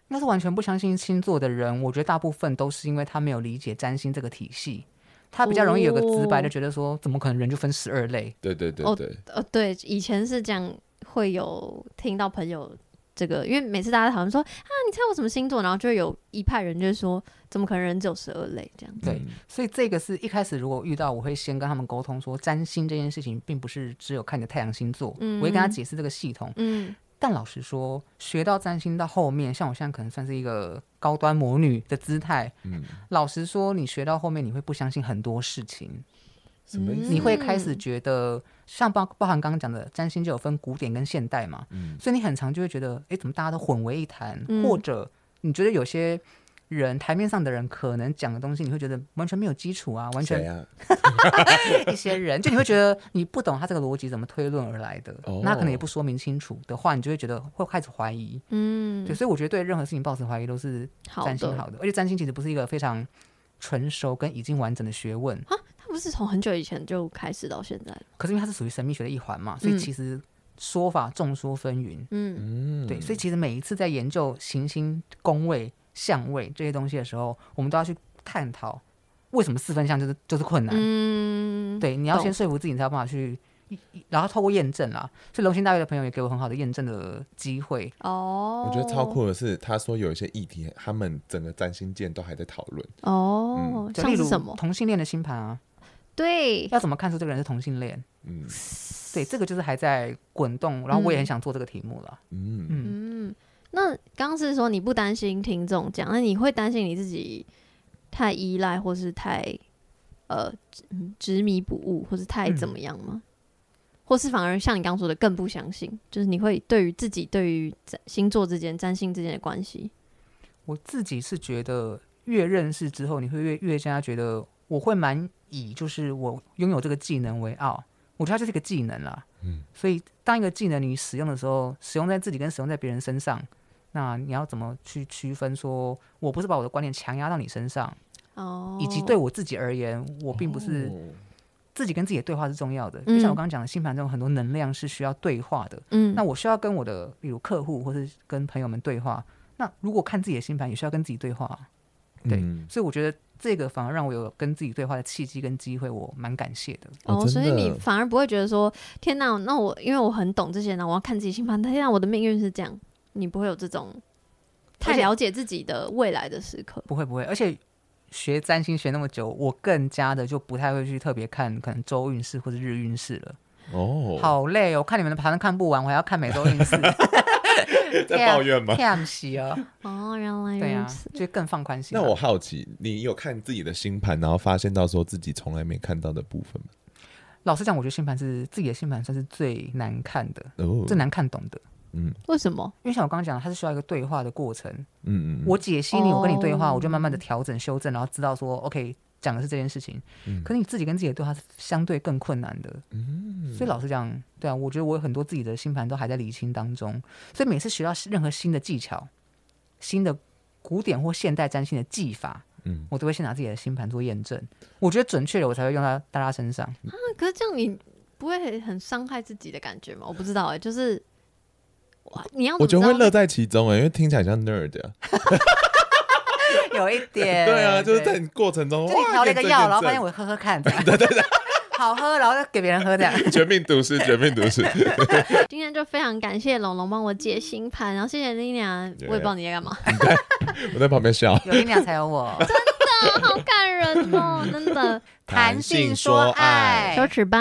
[SPEAKER 1] 那是完全不相信星座的人，我觉得大部分都是因为他没有理解占星这个体系，他比较容易有个直白的觉得说，怎么可能人就分十二类？
[SPEAKER 3] 对对对
[SPEAKER 2] 哦
[SPEAKER 3] 对，
[SPEAKER 2] 呃，对，以前是这样，会有听到朋友这个，因为每次大家讨论说啊，你猜我什么星座，然后就会有一派人就会说，怎么可能人只有十二类这样子？
[SPEAKER 1] 对，所以这个是一开始如果遇到，我会先跟他们沟通说，占星这件事情并不是只有看你的太阳星座，
[SPEAKER 2] 嗯
[SPEAKER 1] 我会跟他解释这个系统。
[SPEAKER 2] 嗯，
[SPEAKER 1] 但老实说，学到占星到后面，像我现在可能算是一个高端魔女的姿态。
[SPEAKER 3] 嗯，
[SPEAKER 1] 老实说，你学到后面，你会不相信很多事情。
[SPEAKER 3] 什么意思？
[SPEAKER 1] 你会开
[SPEAKER 2] 嗯
[SPEAKER 1] 始觉得，像包包含刚刚讲的占星就有分古典跟现代嘛，
[SPEAKER 3] 嗯
[SPEAKER 1] 所以你很常就会觉得，诶，怎么大家都混为一谈？
[SPEAKER 2] 嗯
[SPEAKER 1] 或者你觉得有些人台面上的人可能讲的东西，你会觉得完全没有基础啊，完
[SPEAKER 3] 谁
[SPEAKER 1] 全
[SPEAKER 3] 啊？
[SPEAKER 1] 一些人，就你会觉得你不懂他这个逻辑怎么推论而来的，
[SPEAKER 3] 哦
[SPEAKER 1] 那可能也不说明清楚的话，你就会觉得会开始怀疑。
[SPEAKER 2] 嗯
[SPEAKER 1] 对，，所以我觉得对任何事情抱持怀疑都是
[SPEAKER 2] 好
[SPEAKER 1] 占星
[SPEAKER 2] 的。
[SPEAKER 1] 好的，而且占星其实不是一个非常纯熟跟已经完整的学问，
[SPEAKER 2] 他不是从很久以前就开始到现在的，
[SPEAKER 1] 可是因为它是属于神秘学的一环嘛，所以
[SPEAKER 2] 嗯
[SPEAKER 1] 其实说法众说纷纭。
[SPEAKER 2] 嗯，
[SPEAKER 3] 嗯，
[SPEAKER 1] 对，所以其实每一次在研究行星宫位、相位这些东西的时候，我们都要去探讨为什么四分相就是就是困难。
[SPEAKER 2] 嗯，
[SPEAKER 1] 对，你要
[SPEAKER 2] 懂
[SPEAKER 1] 先说服自己，你才有办法去，然后透过验证啦。所以龙兴大学的朋友也给我很好的验证的机会。
[SPEAKER 2] 哦，
[SPEAKER 3] 我觉得超酷的是，他说有一些议题，他们整个占星界都还在讨论。
[SPEAKER 2] 哦，
[SPEAKER 1] 嗯就
[SPEAKER 2] 像
[SPEAKER 1] 例
[SPEAKER 2] 是
[SPEAKER 1] 如
[SPEAKER 2] 什么？
[SPEAKER 1] 同性恋的星盘啊，
[SPEAKER 2] 对，
[SPEAKER 1] 要怎么看出这个人是同性恋？
[SPEAKER 3] 嗯
[SPEAKER 1] 对，这个就是还在滚动。然后我也很想做这个题目了。
[SPEAKER 3] 嗯，
[SPEAKER 1] 嗯
[SPEAKER 2] 嗯，那刚刚是说你不担心听众讲，那你会担心你自己太依赖，或是太呃嗯执迷不悟，或是太
[SPEAKER 1] 嗯
[SPEAKER 2] 怎么样吗？或是反而像你刚刚说的更不相信，就是你会对于自己对于占星座之间、占星之间的关系，
[SPEAKER 1] 我自己是觉得，越认识之后，你会越越加觉得，我会蛮以就是我拥有这个技能为傲。我觉得它就是一个技能啦。嗯，所以当一个技能你使用的时候，使用在自己跟使用在别人身上，那你要怎么去区分说我不是把我的观念强压到你身上，
[SPEAKER 2] 哦，
[SPEAKER 1] 以及对我自己而言，我并不是
[SPEAKER 3] 哦
[SPEAKER 1] 自己跟自己的对话是重要的。
[SPEAKER 2] 嗯
[SPEAKER 1] 就像我刚刚讲的，星盘中很多能量是需要对话的。
[SPEAKER 2] 嗯，
[SPEAKER 1] 那我需要跟我的，比如客户或是跟朋友们对话。那如果看自己的星盘，也需要跟自己对话啊。对
[SPEAKER 3] 嗯
[SPEAKER 1] 所以我觉得这个反而让我有跟自己对话的契机跟机会，我蛮感谢的。
[SPEAKER 3] 哦
[SPEAKER 2] 哦，所以
[SPEAKER 3] 真的
[SPEAKER 2] 你反而不会觉得说，天哪，那我因为我很懂这些呢，我要看自己星盘，天哪，我的命运是这样，你不会有这种
[SPEAKER 1] 而
[SPEAKER 2] 太
[SPEAKER 1] 且
[SPEAKER 2] 了解自己的未来的时刻。
[SPEAKER 1] 不会不会，而且学占星学那么久，我更加的就不太会去特别看可能周运势或者日运势了，
[SPEAKER 3] 哦，
[SPEAKER 1] 好累哦！看你们的盘都看不完，我还要看每周运势，
[SPEAKER 3] 在抱怨 吗？
[SPEAKER 1] 看息 哦。
[SPEAKER 2] 哦，原
[SPEAKER 1] 对
[SPEAKER 2] 来
[SPEAKER 1] 啊
[SPEAKER 2] 如此。，
[SPEAKER 1] 就更放宽心
[SPEAKER 3] 那
[SPEAKER 1] 了。
[SPEAKER 3] 我好奇，你有看自己的星盘，然后发现到说自己从来没看到的部分吗？
[SPEAKER 1] 老实讲，我觉得星盘是自己的星盘算是最难看的、
[SPEAKER 3] 哦，
[SPEAKER 1] 最难看懂的。
[SPEAKER 3] 嗯
[SPEAKER 2] 为什么？
[SPEAKER 1] 因为像我刚刚讲的，它是需要一个对话的过程。
[SPEAKER 3] 嗯嗯，
[SPEAKER 1] 我解析你，我跟你对话，
[SPEAKER 2] 哦
[SPEAKER 1] 我就慢慢的调整、修正，然后知道说，OK，讲的是这件事情。
[SPEAKER 3] 嗯
[SPEAKER 1] 可是你自己跟自己的对话是相对更困难的。
[SPEAKER 3] 嗯
[SPEAKER 1] 所以老实讲，对啊，我觉得我有很多自己的星盘都还在理清当中，所以每次学到任何新的技巧、新的古典或现代占星的技法，
[SPEAKER 3] 嗯
[SPEAKER 1] 我都会先拿自己的星盘做验证，我觉得准确了，我才会用到大家身上。
[SPEAKER 2] 那可是这样你不会很伤害自己的感觉吗？我不知道哎、就是哇，你要怎么
[SPEAKER 3] 我觉得会
[SPEAKER 2] 知道
[SPEAKER 3] 乐在其中哎、因为听起来像 nerd 啊。
[SPEAKER 1] 有一点，
[SPEAKER 3] 对啊，就是在你过程中，
[SPEAKER 1] 就你调了一个药，然后发现
[SPEAKER 3] 我
[SPEAKER 1] 我喝喝看，对对对，好喝，然后再给别人喝这 样。
[SPEAKER 3] 绝命毒师，绝命毒师，
[SPEAKER 2] 今天就非常感谢龙龙帮我解星盘，然后谢谢丽娘，我也不知道你在干嘛， 啊
[SPEAKER 3] 我在旁 边笑。
[SPEAKER 1] 有力量才有我。
[SPEAKER 2] 好感人哦，真的，
[SPEAKER 1] 谈性说爱
[SPEAKER 2] 羞耻拜。